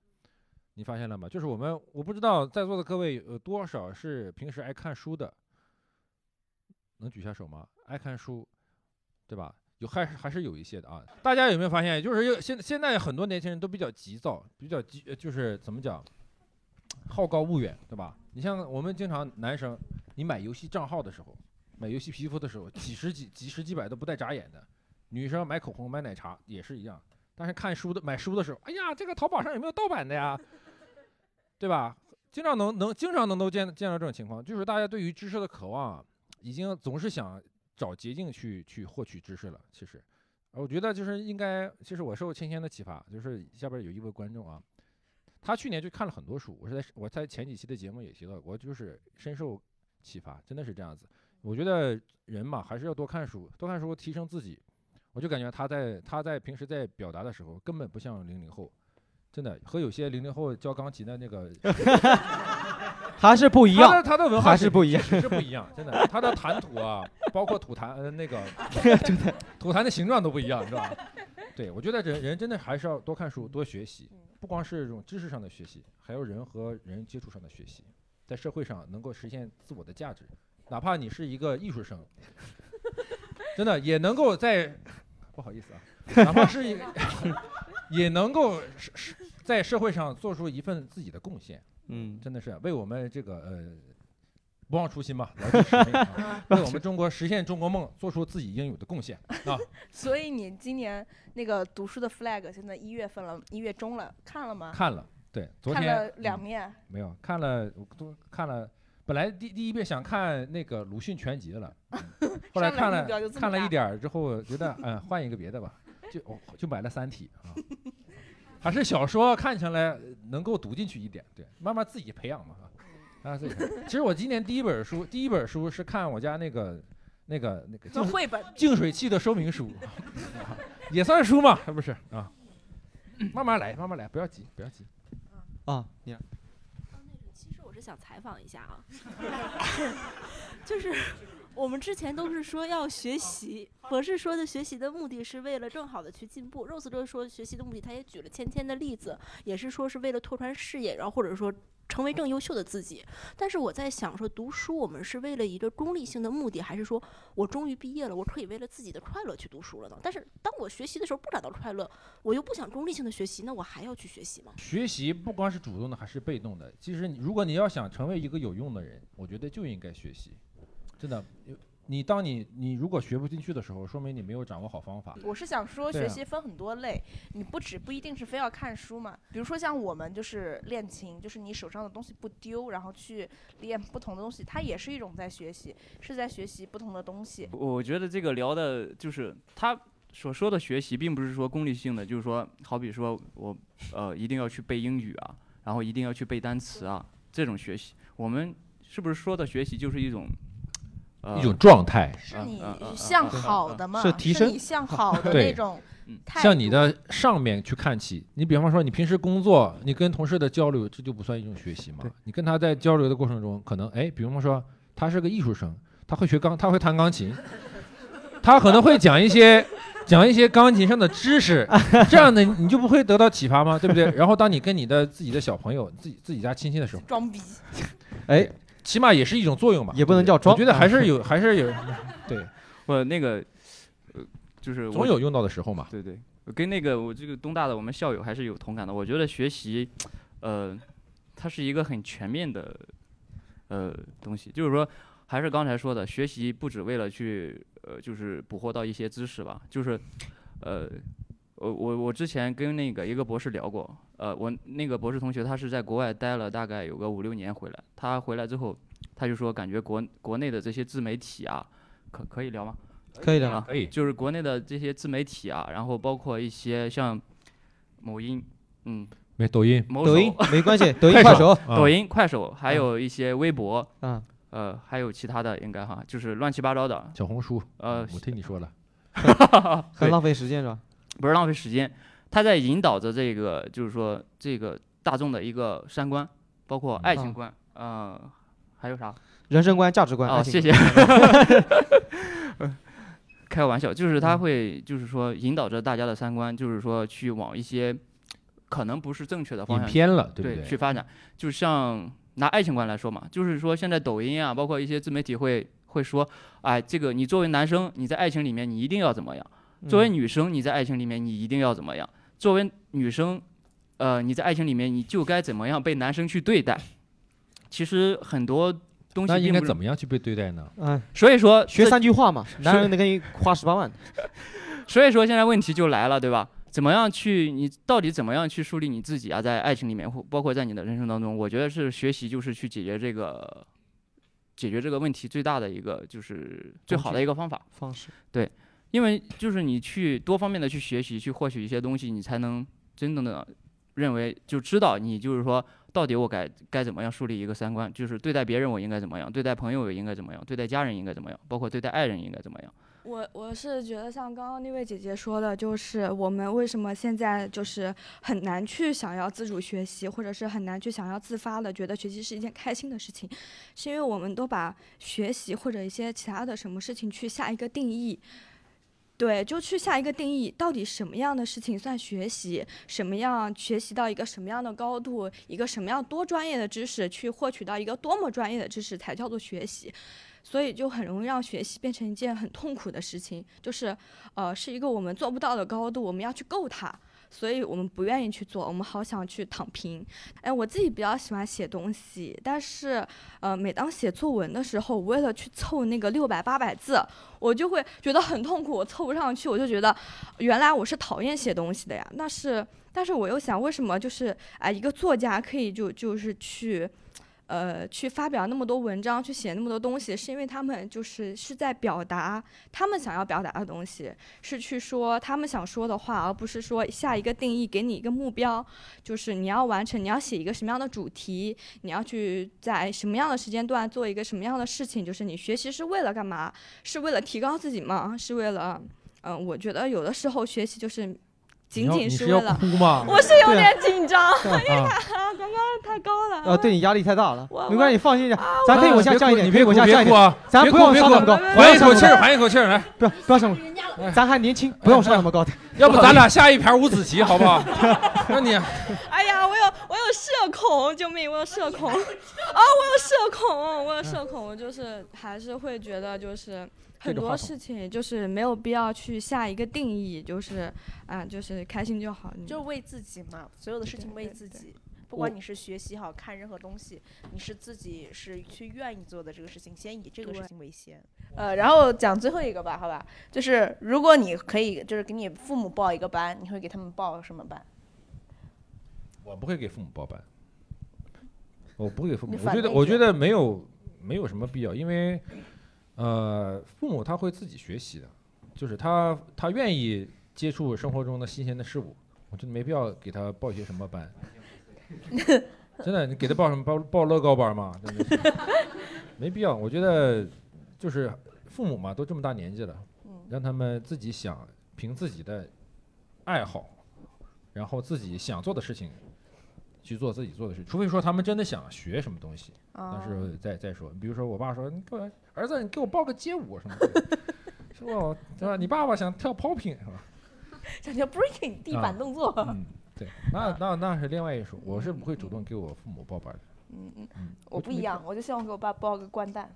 [SPEAKER 6] 你发现了吗？就是我们我不知道在座的各位有多少是平时爱看书的，能举下手吗？爱看书，对吧？有还是还是有一些的啊。大家有没有发现，就是有现现在很多年轻人都比较急躁，比较急，呃就是怎么讲，好高骛远，对吧？你像我们经常男生，你买游戏账号的时候，买游戏皮肤的时候，几十几几十几百都不带眨眼的。女生买口红、买奶茶也是一样，但是看书的买书的时候，哎呀，这个淘宝上有没有盗版的呀？对吧？经常能能经常能都见见到这种情况，就是大家对于知识的渴望啊，已经总是想找捷径去去获取知识了。其实，呃我觉得就是应该，其实我受芊芊的启发，就是下边有一位观众啊，他去年就看了很多书，我是在我在前几期的节目也提到过，就是深受启发，真的是这样子。我觉得人嘛，还是要多看书，多看书提升自己。我就感觉他在他在平时在表达的时候，根本不像零零后，真的和有些零零后教钢琴的那个
[SPEAKER 2] 还是不一样
[SPEAKER 6] 他的他的文化
[SPEAKER 2] 还是
[SPEAKER 6] 水平
[SPEAKER 2] 不一样
[SPEAKER 6] 确实是不一样，真的，他的谈吐啊，包括吐痰呃那个吐痰的形状都不一样，你知道吧？对，我觉得人人真的还是要多看书，多学习，不光是这种知识上的学习，还有人和人接触上的学习，在社会上能够实现自我的价值，哪怕你是一个艺术生， 真的也能够在，不好意思啊，哪怕是一个， 也能够是是在社会上做出一份自己的贡献。
[SPEAKER 2] 嗯，
[SPEAKER 6] 真的是为我们这个呃，不忘初心吧，牢记使命 啊为我们中国实现中国梦做出自己应有的贡献 啊。
[SPEAKER 4] 所以你今年那个读书的 flag 现在一月份了，一月中了，看了吗？
[SPEAKER 6] 看了，对，昨
[SPEAKER 4] 看了
[SPEAKER 6] 天嗯
[SPEAKER 4] 两面。
[SPEAKER 6] 没有看了，我都看了。本来第第一遍想看那个鲁迅全集 的了，嗯后来
[SPEAKER 4] 上来
[SPEAKER 6] 看
[SPEAKER 4] 目标就
[SPEAKER 6] 了
[SPEAKER 4] 这么
[SPEAKER 6] 看了
[SPEAKER 4] 大
[SPEAKER 6] 一点儿之后，觉得嗯换一个别的吧，就哦就买了《三体》啊，还是小说看起来能够读进去一点，对，慢慢自己培养嘛啊。啊，这个其实我今年第一本书，第一本书是看我家那个、那个、那个
[SPEAKER 4] 什么
[SPEAKER 6] 净水
[SPEAKER 4] 绘本
[SPEAKER 6] 净水器的说 明书，也算书嘛，是不是啊？慢慢来，慢慢来，不要急，不要急。
[SPEAKER 2] 啊，你
[SPEAKER 7] 其实我是想采访一下啊， 就是我们之前都是说要学习，博士说的学习的目的是为了更好的去进步。Rose 哥说学习的目的，他也举了芊芊的例子，也是说是为了拓宽视野，然后或者说。成为更优秀的自己，但是我在想说，读书我们是为了一个功利性的目的，还是说我终于毕业了，我可以为了自己的快乐去读书了呢？但是当我学习的时候不感到快乐，我又不想功利性的学习，那我还要去学习吗？
[SPEAKER 6] 学习不光是主动的，还是被动的。其实你，如果你要想成为一个有用的人，我觉得就应该学习。真的，有你当你你如果学不进去的时候，说明你没有掌握好方法。
[SPEAKER 4] 我是想说，
[SPEAKER 6] 对
[SPEAKER 4] 学
[SPEAKER 6] 啊
[SPEAKER 4] 习分很多类，你不只不一定是非要看书嘛。比如说像我们就是练琴，就是你手上的东西不丢，然后去练不同的东西，它也是一种在学习，是在学习不同的东西。
[SPEAKER 5] 我觉得这个聊的就是他所说的学习，并不是说功利性的，就是说，好比说我呃一定要去背英语啊，然后一定要去背单词啊，这种学习，我们是不是说的学习就是一种？呃
[SPEAKER 6] 一种状态
[SPEAKER 4] 是
[SPEAKER 5] 啊
[SPEAKER 4] 你
[SPEAKER 5] 啊啊啊
[SPEAKER 4] 向
[SPEAKER 5] 啊啊
[SPEAKER 4] 好
[SPEAKER 5] 啊
[SPEAKER 6] 嗯
[SPEAKER 4] 的
[SPEAKER 5] 啊
[SPEAKER 4] 嘛是提是你升向好的
[SPEAKER 6] 对
[SPEAKER 4] 那种
[SPEAKER 2] 嗯
[SPEAKER 4] 态
[SPEAKER 6] 向你的上面去看齐。你比方说，你平时工作，你跟同事的交流，这就不算一种学习嘛？你跟他在交流的过程中，可能哎，比方说他是个艺术生，他会学钢，他会弹钢琴，他可能会讲一些讲一些钢琴上的 知识，这样的你就不会得到启发吗？对不对？然后当你跟你的自己的小朋友、自己自己家亲戚的时候，
[SPEAKER 4] 装逼。
[SPEAKER 2] 哎，
[SPEAKER 6] 起码也是一种作用吧？
[SPEAKER 2] 也不能叫装啊
[SPEAKER 6] 我觉得还是有，还是有，对，
[SPEAKER 5] 我那个呃，就是我
[SPEAKER 6] 总有用到的时候嘛。
[SPEAKER 5] 对对，我跟那个我这个东大的我们校友还是有同感的。我觉得学习，呃，它是一个很全面的呃东西，就是说还是刚才说的，学习不只为了去呃就是捕获到一些知识吧，就是呃。我我我之前跟那个一个博士聊过，呃，我那个博士同学他是在国外待了大概有个五六年回来，他回来之后，他就说感觉国国内的这些自媒体啊，可可以聊吗？
[SPEAKER 2] 可以聊
[SPEAKER 5] 啊
[SPEAKER 2] 可以
[SPEAKER 5] 就是国内的这些自媒体啊，然后包括一些像某音，嗯，
[SPEAKER 6] 没抖音，啊
[SPEAKER 5] 某
[SPEAKER 2] 抖
[SPEAKER 5] 手
[SPEAKER 2] 音 没关 系抖音快手
[SPEAKER 6] 嗯
[SPEAKER 5] 抖音、快手，还有一些微博，
[SPEAKER 2] 嗯，
[SPEAKER 5] 呃，还有其他的应该哈，就是乱七八糟的，
[SPEAKER 6] 小红书，
[SPEAKER 5] 呃，
[SPEAKER 6] 我听你说了。
[SPEAKER 2] 很浪费时间是吧？
[SPEAKER 5] 不是浪费时间，他在引导着这个，就是说这个大众的一个三观，包括爱情观，呃，还有啥？
[SPEAKER 2] 嗯人生观、价值观，
[SPEAKER 5] 哦，
[SPEAKER 2] 爱情
[SPEAKER 5] 谢谢
[SPEAKER 2] 观。
[SPEAKER 5] 开个玩笑，就是
[SPEAKER 2] 嗯
[SPEAKER 5] 他会，就是说引导着大家的三观，就是说去往一些可能不是正确的方向
[SPEAKER 6] 引偏了对
[SPEAKER 5] 对
[SPEAKER 6] 不对
[SPEAKER 5] 去发展。就像拿爱情观来说嘛，就是说现在抖音啊，包括一些自媒体会会说，哎，这个你作为男生，你在爱情里面你一定要怎么样；作为
[SPEAKER 10] 嗯
[SPEAKER 5] 女生，你在爱情里面你一定要怎么样；作为女生，呃，你在爱情里面你就该怎么样被男生去对待。其实很多东西
[SPEAKER 6] 那应
[SPEAKER 5] 并
[SPEAKER 6] 该
[SPEAKER 5] 不是
[SPEAKER 6] 怎么样去被对待呢？
[SPEAKER 2] 嗯，
[SPEAKER 5] 所以说
[SPEAKER 2] 学
[SPEAKER 5] 这
[SPEAKER 2] 三句话嘛，
[SPEAKER 5] 是
[SPEAKER 2] 男人得给你花十八万。
[SPEAKER 5] 所以说现在问题就来了，对吧？怎么样去你到底怎么样去梳理你自己啊？在爱情里面，或包括在你的人生当中，我觉得是学习就是去解决这个解决这个问题最大的一个就是最好的一个方法
[SPEAKER 2] 方式。
[SPEAKER 5] 对，因为就是你去多方面的去学习，去获取一些东西，你才能真正的认为就知道你就是说到底我该该怎么样树立一个三观，就是对待别人我应该怎么样，对待朋友我应该怎么样，对待家人应该怎么样，包括对待爱人应该怎么样。
[SPEAKER 13] 我我是觉得像刚刚那位姐姐说的，就是我们为什么现在就是很难去想要自主学习，或者是很难去想要自发的觉得学习是一件开心的事情，是因为我们都把学习或者一些其他的什么事情去下一个定义。对，就去下一个定义，到底什么样的事情算学习？什么样学习到一个什么样的高度？一个什么样多专业的知识去获取到一个多么专业的知识才叫做学习？所以就很容易让学习变成一件很痛苦的事情，就是呃是一个我们做不到的高度，我们要去够它。所以我们不愿意去做，我们好想去躺平。哎，我自己比较喜欢写东西，但是，呃，每当写作文的时候，我为了去凑那个六百八百字，我就会觉得很痛苦，我凑不上去，我就觉得原来我是讨厌写东西的呀。那是，但是我又想，为什么就是啊、一个作家可以就就是去。呃，去发表那么多文章，去写那么多东西，是因为他们就是是在表达他们想要表达的东西，是去说他们想说的话，而不是说下一个定义给你一个目标，就是你要完成，你要写一个什么样的主题，你要去在什么样的时间段做一个什么样的事情，就是你学习是为了干嘛？是为了提高自己吗？是为了，嗯、我觉得有的时候学习就是。
[SPEAKER 6] 你
[SPEAKER 13] 仅
[SPEAKER 6] 要
[SPEAKER 13] 仅
[SPEAKER 6] 你是
[SPEAKER 13] 为
[SPEAKER 6] 要
[SPEAKER 13] 了
[SPEAKER 6] 哭吗，
[SPEAKER 13] 我是有
[SPEAKER 2] 对啊
[SPEAKER 13] 点紧张，因
[SPEAKER 2] 对啊
[SPEAKER 13] 为他刚刚太高了。
[SPEAKER 2] 呃，对你压力太大了，没关系，放心一点，咱可以
[SPEAKER 6] 啊
[SPEAKER 2] 往下
[SPEAKER 6] 别
[SPEAKER 2] 降
[SPEAKER 6] 哭
[SPEAKER 2] 一点，
[SPEAKER 6] 你
[SPEAKER 2] 可以
[SPEAKER 6] 别
[SPEAKER 2] 往
[SPEAKER 6] 哭
[SPEAKER 2] 下
[SPEAKER 6] 别
[SPEAKER 2] 降一
[SPEAKER 6] 哭
[SPEAKER 2] 点
[SPEAKER 6] 啊，
[SPEAKER 2] 咱
[SPEAKER 6] 别
[SPEAKER 2] 不
[SPEAKER 6] 哭
[SPEAKER 2] 用
[SPEAKER 6] 别
[SPEAKER 2] 上
[SPEAKER 6] 哭
[SPEAKER 2] 那么高，
[SPEAKER 6] 缓
[SPEAKER 2] 不要
[SPEAKER 6] 一
[SPEAKER 2] 上那
[SPEAKER 6] 口
[SPEAKER 2] 么
[SPEAKER 6] 气儿
[SPEAKER 2] 高
[SPEAKER 6] 缓一口气儿来，哎
[SPEAKER 2] 不要不要上那么高，咱还年轻，不用上那么高的，
[SPEAKER 6] 要不咱 俩下一盘五子棋好不好？ 那你啊
[SPEAKER 13] 哎呀，我有我有社恐，救命！我有社恐，啊，我有社恐，哦我有
[SPEAKER 2] 嗯
[SPEAKER 13] 社恐，我就是还是会觉得就是
[SPEAKER 2] 对
[SPEAKER 13] 很
[SPEAKER 2] 着话
[SPEAKER 13] 多
[SPEAKER 2] 筒
[SPEAKER 13] 事情就是没有必要去下一个定义，就是啊，就是开心就
[SPEAKER 6] 嗯
[SPEAKER 13] 好。
[SPEAKER 4] 就是为自己嘛，所有的事情为自己。不管你是学习好看任何东西，你是自己是去愿意做的这个事情，先以这个事
[SPEAKER 13] 对
[SPEAKER 4] 情为先。呃，然后讲最后一个吧，好吧，就是如果你可以，就是给你父母报一个班，你会给他们报什么班？
[SPEAKER 6] 我不会给父母报班，我不会给父母
[SPEAKER 4] 你。
[SPEAKER 6] 我
[SPEAKER 4] 反
[SPEAKER 6] 觉得
[SPEAKER 4] 内
[SPEAKER 6] 我
[SPEAKER 4] 卷
[SPEAKER 6] 觉得没有没有什么必要，因为呃，父母他会自己学习的，就是他他愿意接触生活中的新鲜的事物，我觉得没必要给他报一些什么班。 真的，你给他报什么报报乐高班吗？真的是 没必要。我觉得就是父母嘛，都这么大年纪了，
[SPEAKER 4] 嗯
[SPEAKER 6] 让他们自己想，凭自己的爱好，然后自己想做的事情去做自己做的事，除非说他们真的想学什么东西，
[SPEAKER 11] 啊
[SPEAKER 14] 哦
[SPEAKER 2] 啊
[SPEAKER 6] 但是再再说，比如说我爸说你给我儿子，你给我啊报个街舞什么的，是吧？对吧？你爸爸想跳 popping 是吧？
[SPEAKER 4] 讲叫 breaking 地板动作。
[SPEAKER 6] 嗯对，
[SPEAKER 4] 啊
[SPEAKER 6] 那那那是另外一说，我是不会主动给我父母报班的。
[SPEAKER 4] 嗯嗯，
[SPEAKER 6] 嗯，
[SPEAKER 4] 我不一样，我就希望给我爸报个掼蛋。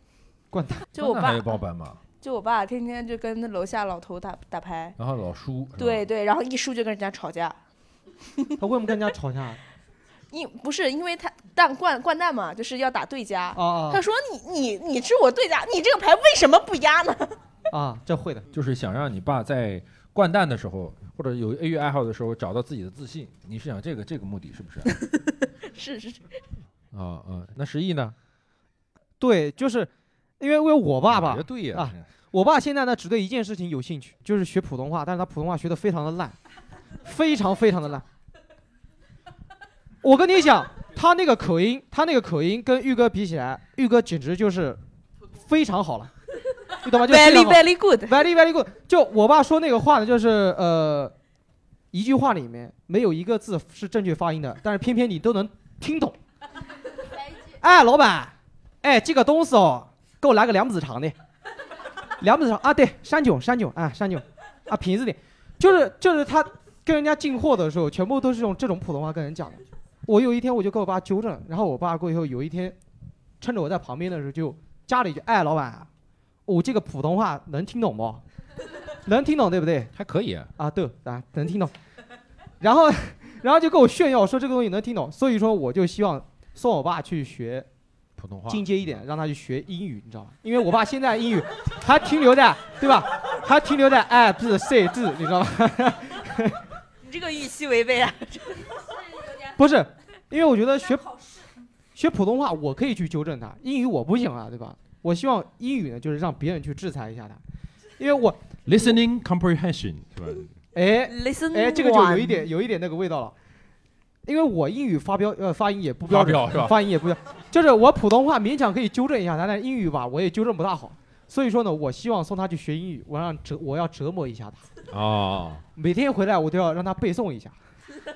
[SPEAKER 6] 掼蛋，
[SPEAKER 4] 就我
[SPEAKER 6] 掼蛋
[SPEAKER 4] 爸
[SPEAKER 6] 还有报班吗？
[SPEAKER 4] 就我爸天天就跟那楼下老头打打牌，
[SPEAKER 6] 然后老叔，
[SPEAKER 4] 对对，然后一输就跟人家吵架。
[SPEAKER 2] 他为什么跟人家吵架？啊
[SPEAKER 4] 因不是因为他蛋掼掼蛋嘛，就是要打对家。
[SPEAKER 2] 哦哦
[SPEAKER 4] 他说你你你是我对家，你这个牌为什么不压呢？
[SPEAKER 2] 啊，这会的，
[SPEAKER 6] 就是想让你爸在掼蛋的时候，或者有业余爱好的时候，找到自己的自信。你是想这个这个目的是不是？
[SPEAKER 4] 是是是，
[SPEAKER 6] 啊啊，那十亿呢？
[SPEAKER 2] 对，就是因为因为我爸爸，
[SPEAKER 6] 对呀
[SPEAKER 2] 啊，我爸现在呢只对一件事情有兴趣，就是学普通话，但是他普通话学的非常的烂，非常非常的烂。我跟你讲，他那个口音，他那个口音跟玉哥比起来，玉哥简直就是非常好了。 你懂吗？就
[SPEAKER 8] Very, very
[SPEAKER 2] good，very very good。就我爸说那个话呢，就是呃，一句话里面没有一个字是正确发音的，但是偏偏你都能听懂。哎，老板，哎，这个东西哦，给我来个两指长的，两指长啊，对，山芎，山芎啊，山芎啊，瓶子的，就是就是他跟人家进货的时候，全部都是用这种普通话跟人讲的。我有一天我就跟我爸纠正，然后我爸过以后有一天，趁着我在旁边的时候就加了一句：“哎，老板啊，我这个普通话能听 懂不？能听懂对不对？
[SPEAKER 6] 还可以啊，
[SPEAKER 2] 啊对啊，能听懂。然后，然后就跟我炫耀说这个东西能听懂，所以说我就希望送我爸去学
[SPEAKER 6] 普通话
[SPEAKER 2] 进阶一点，让他去学英语，你知道吧？因为我爸现在英语还停留在对吧？还停留在哎不是 C 字，你知道吧？
[SPEAKER 8] 你这个预期违背啊！
[SPEAKER 2] 不是，因为我觉得学学普通话我可以去纠正他，英语我不行啊，对吧？我希望英语呢，就是让别人去制裁一下他，因为我
[SPEAKER 6] listening comprehension 是吧？
[SPEAKER 2] 哎
[SPEAKER 8] Listen
[SPEAKER 2] 哎，这个就有一
[SPEAKER 8] one
[SPEAKER 2] 点有一点那个味道了，因为我英语发标呃发音也不标准，
[SPEAKER 6] 发标是吧
[SPEAKER 2] 发音也不标，就是我普通话勉强可以纠正一下他，但是英语吧我也纠正不大好，所以说呢，我希望送他去学英语，我让折我要折磨一下他。
[SPEAKER 6] 哦，
[SPEAKER 2] 每天回来我都要让他背诵一下，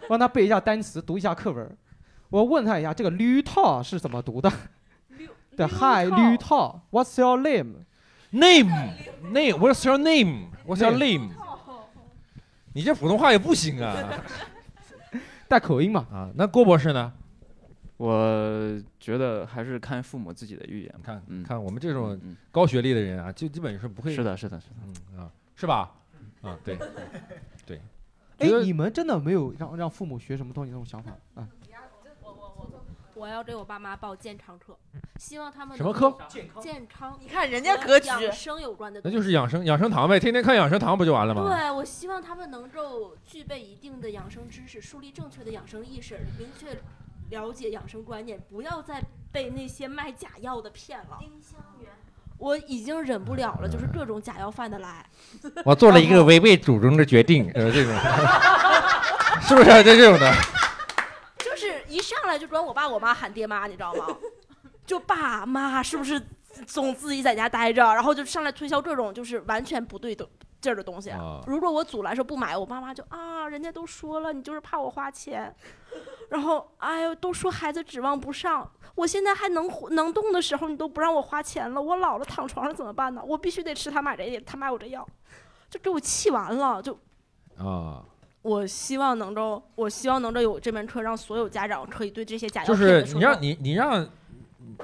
[SPEAKER 2] 让他背一下单词，读一下课文。我问他一下这个绿套是怎么读的？对，Hi，绿套，What's your name？
[SPEAKER 6] Name name What's your name What's your
[SPEAKER 2] Name
[SPEAKER 6] name？你这普通话也不行啊，
[SPEAKER 2] 带口音嘛。
[SPEAKER 6] 啊，那郭博士呢？
[SPEAKER 5] 我觉得还是看父母自己的语言吧。
[SPEAKER 6] 看，
[SPEAKER 5] 嗯，
[SPEAKER 6] 看我们这种
[SPEAKER 5] 嗯
[SPEAKER 6] 高学历的人啊，就基本是不会。
[SPEAKER 5] 是的，是的，是的。
[SPEAKER 6] 嗯啊，是吧？啊，对，对，
[SPEAKER 2] 哎，你们真的没有让让父母学什么东西那种想法啊？
[SPEAKER 7] 我要给我爸妈报健康课，希望他们
[SPEAKER 6] 嗯什么课？
[SPEAKER 7] 健康，健康。你
[SPEAKER 8] 看人家格局
[SPEAKER 7] 养生有关的
[SPEAKER 6] 那
[SPEAKER 7] 东西，
[SPEAKER 6] 就是养生养生堂呗，天天看养生堂不就完了吗？
[SPEAKER 7] 对，我希望他们能够具备一定的养生知识，树立正确的养生意识，明确了解养生观念，不要再被那些卖假药的骗了。丁香园，我已经忍不了了，就是各种假药贩的来。
[SPEAKER 15] 我做了一个违背祖宗的决定，呃， 这种
[SPEAKER 6] 是不是就这种的？
[SPEAKER 7] 就是一上来就管我爸我妈喊爹妈，你知道吗？ 就爸妈是不是总自己在家待着，然后就上来推销这种就是完全不对的劲儿的东西。
[SPEAKER 6] 啊
[SPEAKER 7] 如果我阻拦说不买，我爸妈就啊，人家都说了，你就是怕我花钱。然后哎呦，都说孩子指望不上，我现在还能活能动的时候，你都不让我花钱了，我老了躺床上怎么办呢？我必须得吃他买这他买我这药，就给我气完了，就
[SPEAKER 6] 啊，
[SPEAKER 7] 我希望能够，我希望能够有这门课，让所有家长可以对这些假药
[SPEAKER 6] 就是
[SPEAKER 7] 骗子
[SPEAKER 6] 你
[SPEAKER 7] 说
[SPEAKER 6] 让
[SPEAKER 7] 不
[SPEAKER 6] 你你让你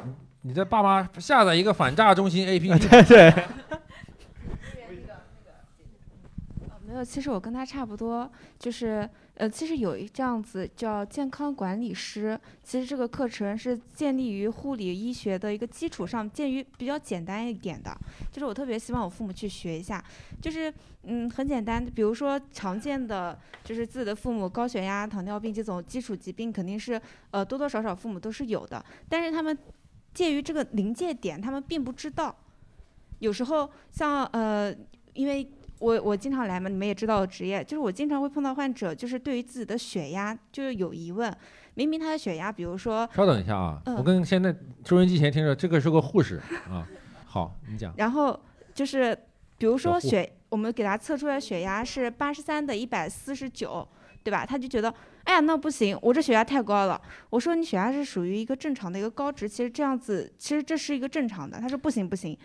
[SPEAKER 6] 你的爸妈下载一个反诈中心 APP，对 对，
[SPEAKER 14] 没有，其实我跟他差不多，就是呃，其实有一这样子叫健康管理师，其实这个课程是建立于护理医学的一个基础上，建于比较简单一点的，就是我特别希望我父母去学一下，就是嗯，很简单，比如说常见的就是自己的父母高血压、糖尿病这种基础疾病，肯定是呃多多少少父母都是有的，但是他们介于这个临界点，他们并不知道。有时候像呃，因为我我经常来嘛，你们也知道我职业，就是我经常会碰到患者，就是对于自己的血压就是有疑问，明明他的血压，比如说
[SPEAKER 6] 稍等一下啊，
[SPEAKER 14] 嗯
[SPEAKER 6] 我跟现在收音机前听着，这个是个护士啊，好，你讲，
[SPEAKER 14] 然后就是比如
[SPEAKER 6] 保
[SPEAKER 14] 说
[SPEAKER 6] 护
[SPEAKER 14] 血，我们给他测出来血压是八十三的一百四十九，对吧？他就觉得，哎呀，那不行，我这血压太高了。我说你血压是属于一个正常的一个高值，其实这样子，其实这是一个正常的。他说不行不行，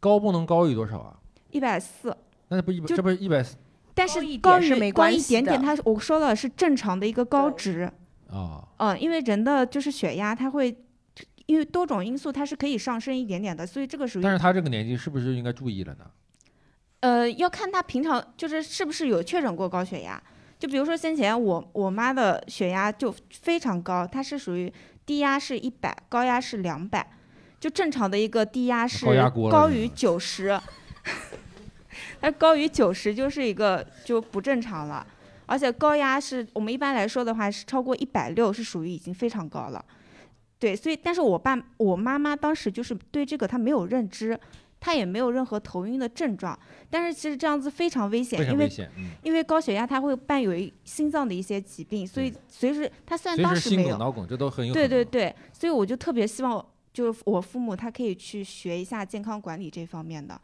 [SPEAKER 6] 高不能高于多少啊？
[SPEAKER 14] 一百四。
[SPEAKER 6] 那不一百，这不是一百
[SPEAKER 14] 但是
[SPEAKER 8] 一
[SPEAKER 14] 高
[SPEAKER 8] 点是
[SPEAKER 14] 于
[SPEAKER 8] 没
[SPEAKER 14] 高
[SPEAKER 8] 关
[SPEAKER 14] 一
[SPEAKER 8] 系
[SPEAKER 14] 点点，
[SPEAKER 8] 的
[SPEAKER 14] 它是我说了是正常的一个高值。
[SPEAKER 6] 啊？
[SPEAKER 14] 嗯，因为人的就是血压，它会因为多种因素，它是可以上升一点点的，所以这个属于。
[SPEAKER 6] 但是他这个年纪是不是应该注意了呢？
[SPEAKER 14] 呃，要看他平常就是是不是有确诊过高血压。就比如说先前我我妈的血压就非常高，她是属于低压是一百，高压是两百，就正常的一个低压是
[SPEAKER 6] 高压锅了
[SPEAKER 14] 高
[SPEAKER 6] 这
[SPEAKER 14] 于九十， 它高于九十就是一个就不正常了。而且高压是我们一般来说的话是超过一百六是属于已经非常高了。对，所以但是我爸我妈妈当时就是对这个她没有认知，她也没有任何头晕的症状，但是其实这样子非常危险，
[SPEAKER 6] 非常
[SPEAKER 14] 因为
[SPEAKER 6] 危险嗯
[SPEAKER 14] 因为高血压它会伴有一心脏的一些疾病，所以
[SPEAKER 6] 嗯
[SPEAKER 14] 随时她虽然
[SPEAKER 6] 随
[SPEAKER 14] 当
[SPEAKER 6] 时
[SPEAKER 14] 时
[SPEAKER 6] 心
[SPEAKER 14] 没
[SPEAKER 6] 梗、
[SPEAKER 14] 有，
[SPEAKER 6] 脑梗，这都很有可能。
[SPEAKER 14] 对对对，所以我就特别希望就是我父母他可以去学一下健康管理这方面的，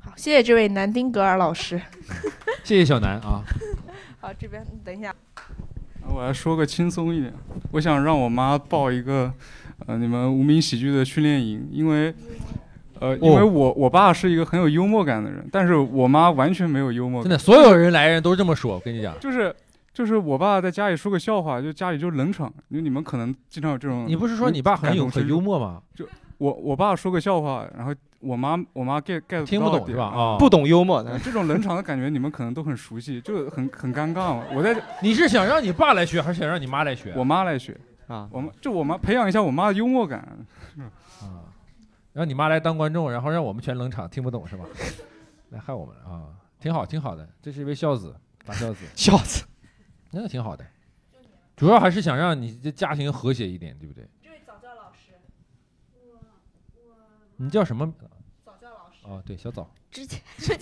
[SPEAKER 4] 好，谢谢这位南丁格尔老师。
[SPEAKER 6] 谢谢小南啊。
[SPEAKER 4] 好，这边你等一下。啊
[SPEAKER 3] 我来说个轻松一点，我想让我妈报一个，呃，你们无名喜剧的训练营，因为，呃，因为
[SPEAKER 6] 哦
[SPEAKER 3] 我我爸是一个很有幽默感的人，但是我妈完全没有幽默感。
[SPEAKER 6] 真的，所有人来人都这么说，我跟你讲，
[SPEAKER 3] 就是就是我爸在家里说个笑话，就家里就冷场，因为你们可能经常有这种。
[SPEAKER 6] 你不是说你爸很有很幽默吗？
[SPEAKER 3] 就我我爸说个笑话，然后我妈我妈 get get
[SPEAKER 6] 听不懂是吧啊
[SPEAKER 2] 不懂幽默
[SPEAKER 3] 呃这种冷场的感觉你们可能都很熟悉，就很很尴尬嘛。我在
[SPEAKER 6] 你是想让你爸来学，还是想让你妈来学？
[SPEAKER 3] 我妈来学
[SPEAKER 2] 啊，
[SPEAKER 3] 我妈就我妈培养一下我妈的幽默感。
[SPEAKER 6] 啊让你妈来当观众，然后让我们全冷场，听不懂是吧？ 来害我们了啊，挺好，挺好的。这是一位孝子，大孝子，
[SPEAKER 2] 孝子，
[SPEAKER 6] 真的挺好的。主要还是想让你这家庭和谐一点，对不对？
[SPEAKER 4] 这位早教老师，
[SPEAKER 6] 你叫什么？
[SPEAKER 4] 早教老师，
[SPEAKER 6] 哦，对，小枣。
[SPEAKER 8] 之前之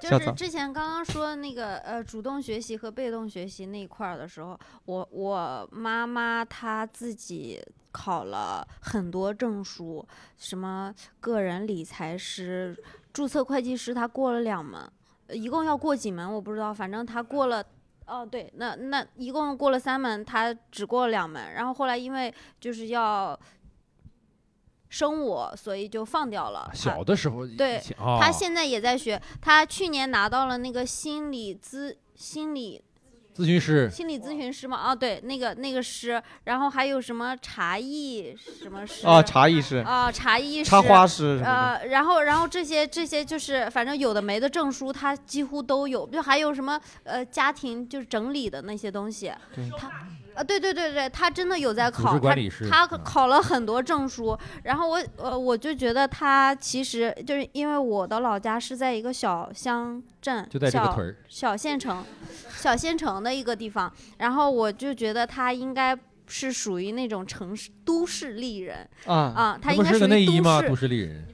[SPEAKER 8] 就
[SPEAKER 6] 校
[SPEAKER 8] 是
[SPEAKER 6] 草
[SPEAKER 8] 之前刚刚说那个呃主动学习和被动学习那一块儿的时候，我我妈妈她自己考了很多证书，什么个人理财师、注册会计师，她过了两门，呃一共要过几门我不知道，反正她过了。哦，对，那那一共过了三门，她只过了两门，然后后来因为就是要生我，所以就放掉了。她
[SPEAKER 6] 小的时候，
[SPEAKER 8] 对
[SPEAKER 6] 以前，哦
[SPEAKER 8] 他现在也在学。他去年拿到了那个心理咨心理
[SPEAKER 6] 咨询师
[SPEAKER 8] 心理咨询师嘛，啊，对，那个那个师，然后还有什么茶艺什么师
[SPEAKER 2] 啊茶艺师
[SPEAKER 8] 啊，茶艺师、
[SPEAKER 2] 插花师什么的
[SPEAKER 8] 呃，然后然后这些这些就是反正有的没的证书，他几乎都有，就还有什么呃家庭就是整理的那些东西，他。啊，对对对对，他真的有在
[SPEAKER 6] 组
[SPEAKER 8] 考，
[SPEAKER 6] 织管理师嗯
[SPEAKER 8] 他他考了很多证书，然后我呃我就觉得他其实就是因为我的老家是在一个小乡镇，
[SPEAKER 6] 就在这个
[SPEAKER 8] 小
[SPEAKER 6] 屯儿
[SPEAKER 8] 小县城，小县城的一个地方，然后我就觉得他应该。是属于那种城市都市丽人
[SPEAKER 6] 啊
[SPEAKER 8] 啊，他
[SPEAKER 6] 那
[SPEAKER 8] 应
[SPEAKER 6] 不
[SPEAKER 8] 该
[SPEAKER 6] 是
[SPEAKER 8] 属
[SPEAKER 6] 个内
[SPEAKER 8] 于
[SPEAKER 6] 衣吗？
[SPEAKER 8] 市
[SPEAKER 6] 都市丽人，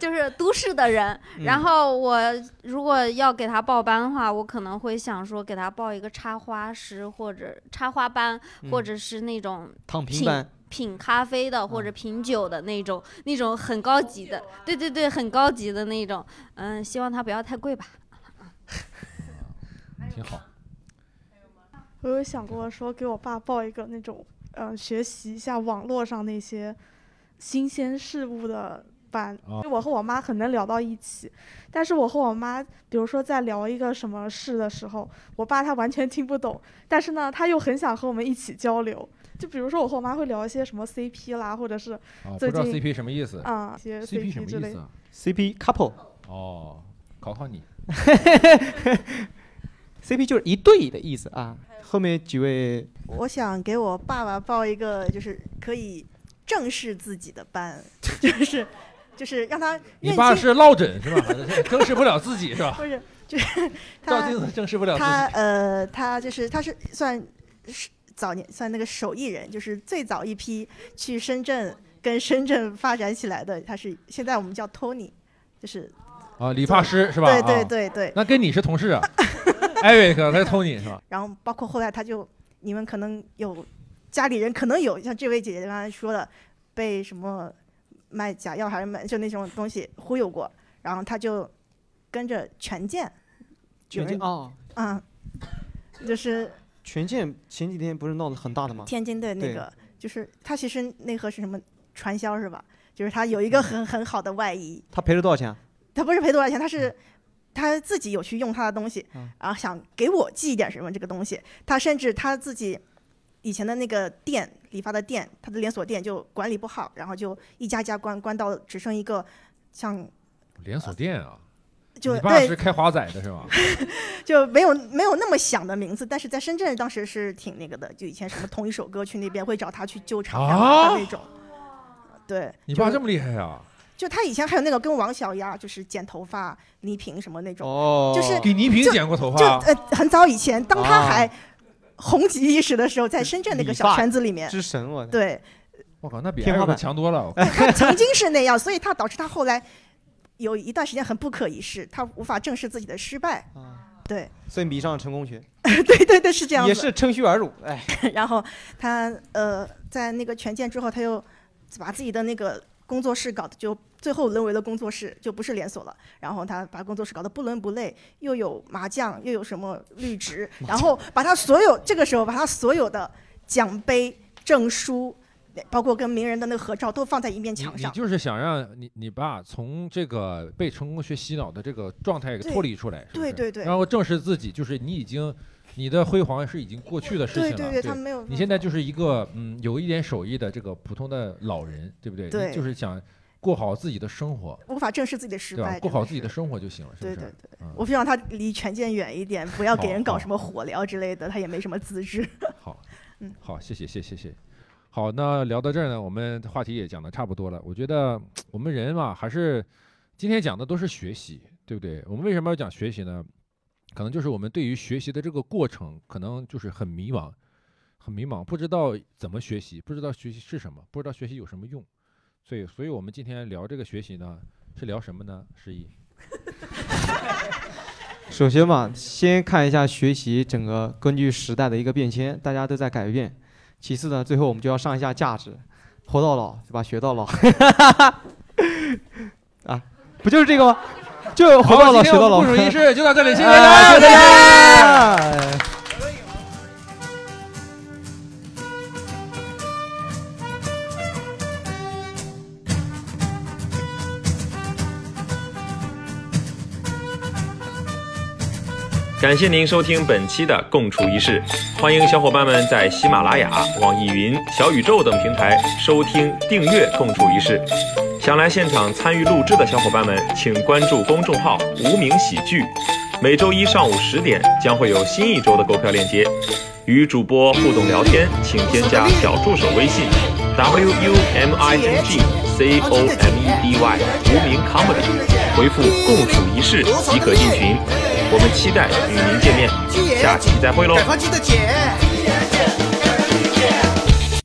[SPEAKER 8] 就是都市的人。
[SPEAKER 6] 嗯
[SPEAKER 8] 然后我如果要给他报班的话，我可能会想说给他报一个插花师或者插花班，
[SPEAKER 2] 嗯
[SPEAKER 8] 或者是那种
[SPEAKER 2] 躺平
[SPEAKER 8] 品
[SPEAKER 2] 班嗯
[SPEAKER 8] 品咖啡的或者品酒的那种，那种很高级的，对对对，很高级的那种。嗯，希望他不要太贵吧。
[SPEAKER 6] 挺好。
[SPEAKER 16] 我有想过说给我爸报一个那种，嗯、学习一下网络上那些新鲜事物的班。
[SPEAKER 6] 哦
[SPEAKER 16] 就我和我妈很能聊到一起，但是我和我妈，比如说在聊一个什么事的时候，我爸他完全听不懂，但是呢，他又很想和我们一起交流。就比如说我和我妈会聊一些什么 CP 啦，或者是
[SPEAKER 6] 哦不
[SPEAKER 16] 最
[SPEAKER 6] 知道
[SPEAKER 16] 近
[SPEAKER 6] CP 什么意思
[SPEAKER 16] 啊、一些
[SPEAKER 6] CP 什么
[SPEAKER 16] 之
[SPEAKER 6] 意
[SPEAKER 16] 类
[SPEAKER 6] 思
[SPEAKER 16] 的。
[SPEAKER 6] 啊？
[SPEAKER 2] CP couple
[SPEAKER 6] 哦，考 考你。
[SPEAKER 2] CP 就是一对的意思啊。后面几位
[SPEAKER 9] 我想给我爸爸报一个，就是可以正视自己的班， 就是就是让他认
[SPEAKER 6] 你爸
[SPEAKER 9] 清
[SPEAKER 6] 是落枕是吧？ 正视不了自己是吧
[SPEAKER 9] 不？是， 就是
[SPEAKER 6] 照
[SPEAKER 9] 他
[SPEAKER 6] 镜子正视不了自
[SPEAKER 9] 他
[SPEAKER 6] 己。
[SPEAKER 9] 呃，他就是他是算是早年算那个手艺人，就是最早一批去深圳跟深圳发展起来的，他是现在我们叫 Tony，就是
[SPEAKER 6] 啊，理发师是吧？
[SPEAKER 9] 对对
[SPEAKER 6] 啊
[SPEAKER 9] 对对
[SPEAKER 6] 那跟你是同事 啊，艾瑞克他是 Tony 是吧？
[SPEAKER 9] 然后包括后来他就你们可能有家里人可能有像这位姐姐刚才说的，被什么卖假药还是卖就那种东西忽悠过，然后他就跟着权健，
[SPEAKER 2] 权健哦，
[SPEAKER 9] 嗯，就是
[SPEAKER 2] 权健前几天不是闹得很大的吗？
[SPEAKER 9] 天津的那
[SPEAKER 2] 对
[SPEAKER 9] 个，就是他其实内核是什么传销是吧？就是他有一个很很好的外衣，
[SPEAKER 2] 他赔了多少钱啊？
[SPEAKER 9] 他不是赔多少钱，他
[SPEAKER 6] 嗯
[SPEAKER 9] 是他自己有去用他的东西，然后想给我寄一点什么这个东西。他甚至他自己以前的那个店，理发的店，他的连锁店就管理不好，然后就一家家关，关到只剩一个像
[SPEAKER 6] 连锁店啊，
[SPEAKER 9] 就
[SPEAKER 6] 你爸
[SPEAKER 9] 对
[SPEAKER 6] 是开华仔的是 吧？
[SPEAKER 9] 就没有没有那么响的名字，但是在深圳当时是挺那个的，就以前什么同一首歌去那边会找他去救场
[SPEAKER 6] 啊
[SPEAKER 9] 啊那种。对，
[SPEAKER 6] 你爸这么厉害啊？
[SPEAKER 9] 就他以前还有那个跟王小丫就是剪头发、倪萍什么那种，
[SPEAKER 6] 哦
[SPEAKER 9] 就是
[SPEAKER 6] 给倪萍
[SPEAKER 9] 就
[SPEAKER 6] 剪过头发
[SPEAKER 9] 就呃，很早以前，当他
[SPEAKER 6] 啊
[SPEAKER 9] 还红极一时的时候，在深圳那个小圈子里面，
[SPEAKER 2] 之啊神我。，
[SPEAKER 9] 对，
[SPEAKER 6] 我靠，那比艾
[SPEAKER 2] 天花
[SPEAKER 6] 瑞克
[SPEAKER 2] 板
[SPEAKER 6] 强多了。
[SPEAKER 9] 他曾经是那样，所以他导致他后来有一段时间很不可一世，他无法正视自己的失败。对，
[SPEAKER 2] 所以迷上了成功学，
[SPEAKER 9] 对对对，是这样子。
[SPEAKER 2] 啊也是趁虚而入。 哎，
[SPEAKER 9] 然后他呃，在那个权健之后，他又把自己的那个工作室搞的就最后沦为了工作室，就不是连锁了。然后他把工作室搞得不伦不类，又有麻将，又有什么绿植，然后把他所有这个时候把他所有的奖杯、证书，包括跟名人的那个合照都放在一面墙
[SPEAKER 6] 你
[SPEAKER 9] 上。
[SPEAKER 6] 就是想让你你爸从这个被成功学洗脑的这个状态给
[SPEAKER 9] 对
[SPEAKER 6] 脱离出来，是不
[SPEAKER 9] 对
[SPEAKER 6] 是
[SPEAKER 9] 对对
[SPEAKER 6] 然后正视自己，就是你已经你的辉煌是已经过去的事情了，
[SPEAKER 9] 对对对他没有
[SPEAKER 6] 你现在就是一个嗯有一点手艺的这个普通的老人，对不对？
[SPEAKER 9] 对
[SPEAKER 6] 你就是想过好自己的生活，
[SPEAKER 9] 无法正视自己的失
[SPEAKER 6] 对吧？
[SPEAKER 9] 败，
[SPEAKER 6] 过好自
[SPEAKER 9] 己。
[SPEAKER 6] 己的生活就行了，是不
[SPEAKER 9] 对
[SPEAKER 6] 是？
[SPEAKER 9] 对对，
[SPEAKER 6] 嗯
[SPEAKER 9] 我希望他离权健远一点，不要给
[SPEAKER 6] 好
[SPEAKER 9] 人搞
[SPEAKER 6] 好
[SPEAKER 9] 什么火疗之类的，他也没什么资质。
[SPEAKER 6] 好，
[SPEAKER 9] 嗯，
[SPEAKER 6] 好，谢谢，谢谢，谢谢。好，那聊到这儿呢，我们话题也讲的差不多了。我觉得我们人嘛，还是今天讲的都是学习，对不对？我们为什么要讲学习呢？可能就是我们对于学习的这个过程，可能就是很迷茫，很迷茫，不知道怎么学习，不知道学习是什么，不知道学习有什么用。所以，所以我们今天聊这个学习呢，是聊什么呢？十一，
[SPEAKER 2] 首先嘛，先看一下学习整个根据时代的一个变迁，大家都在改变。其次呢，最后我们就要上一下价值，活到老对吧？学到老。啊，不就是这个吗？就活到老，哦学到老。
[SPEAKER 6] 好今天我们共处一 室就到这里谢谢大家
[SPEAKER 2] 哎谢谢大家。
[SPEAKER 1] 感谢您收听本期的《共处一室》，欢迎小伙伴们在喜马拉雅、网易云、小宇宙等平台收听、订阅《共处一室》。想来现场参与录制的小伙伴们，请关注公众号“无名喜剧”，每周一上午十点将会有新一周的购票链接。与主播互动聊天，请添加小助手微信 w u m i n g c o m e d y 无名 comedy，回复“共处一室”即可进群。我们期待与您见面，下期再会喽
[SPEAKER 17] 赶。快记得剪。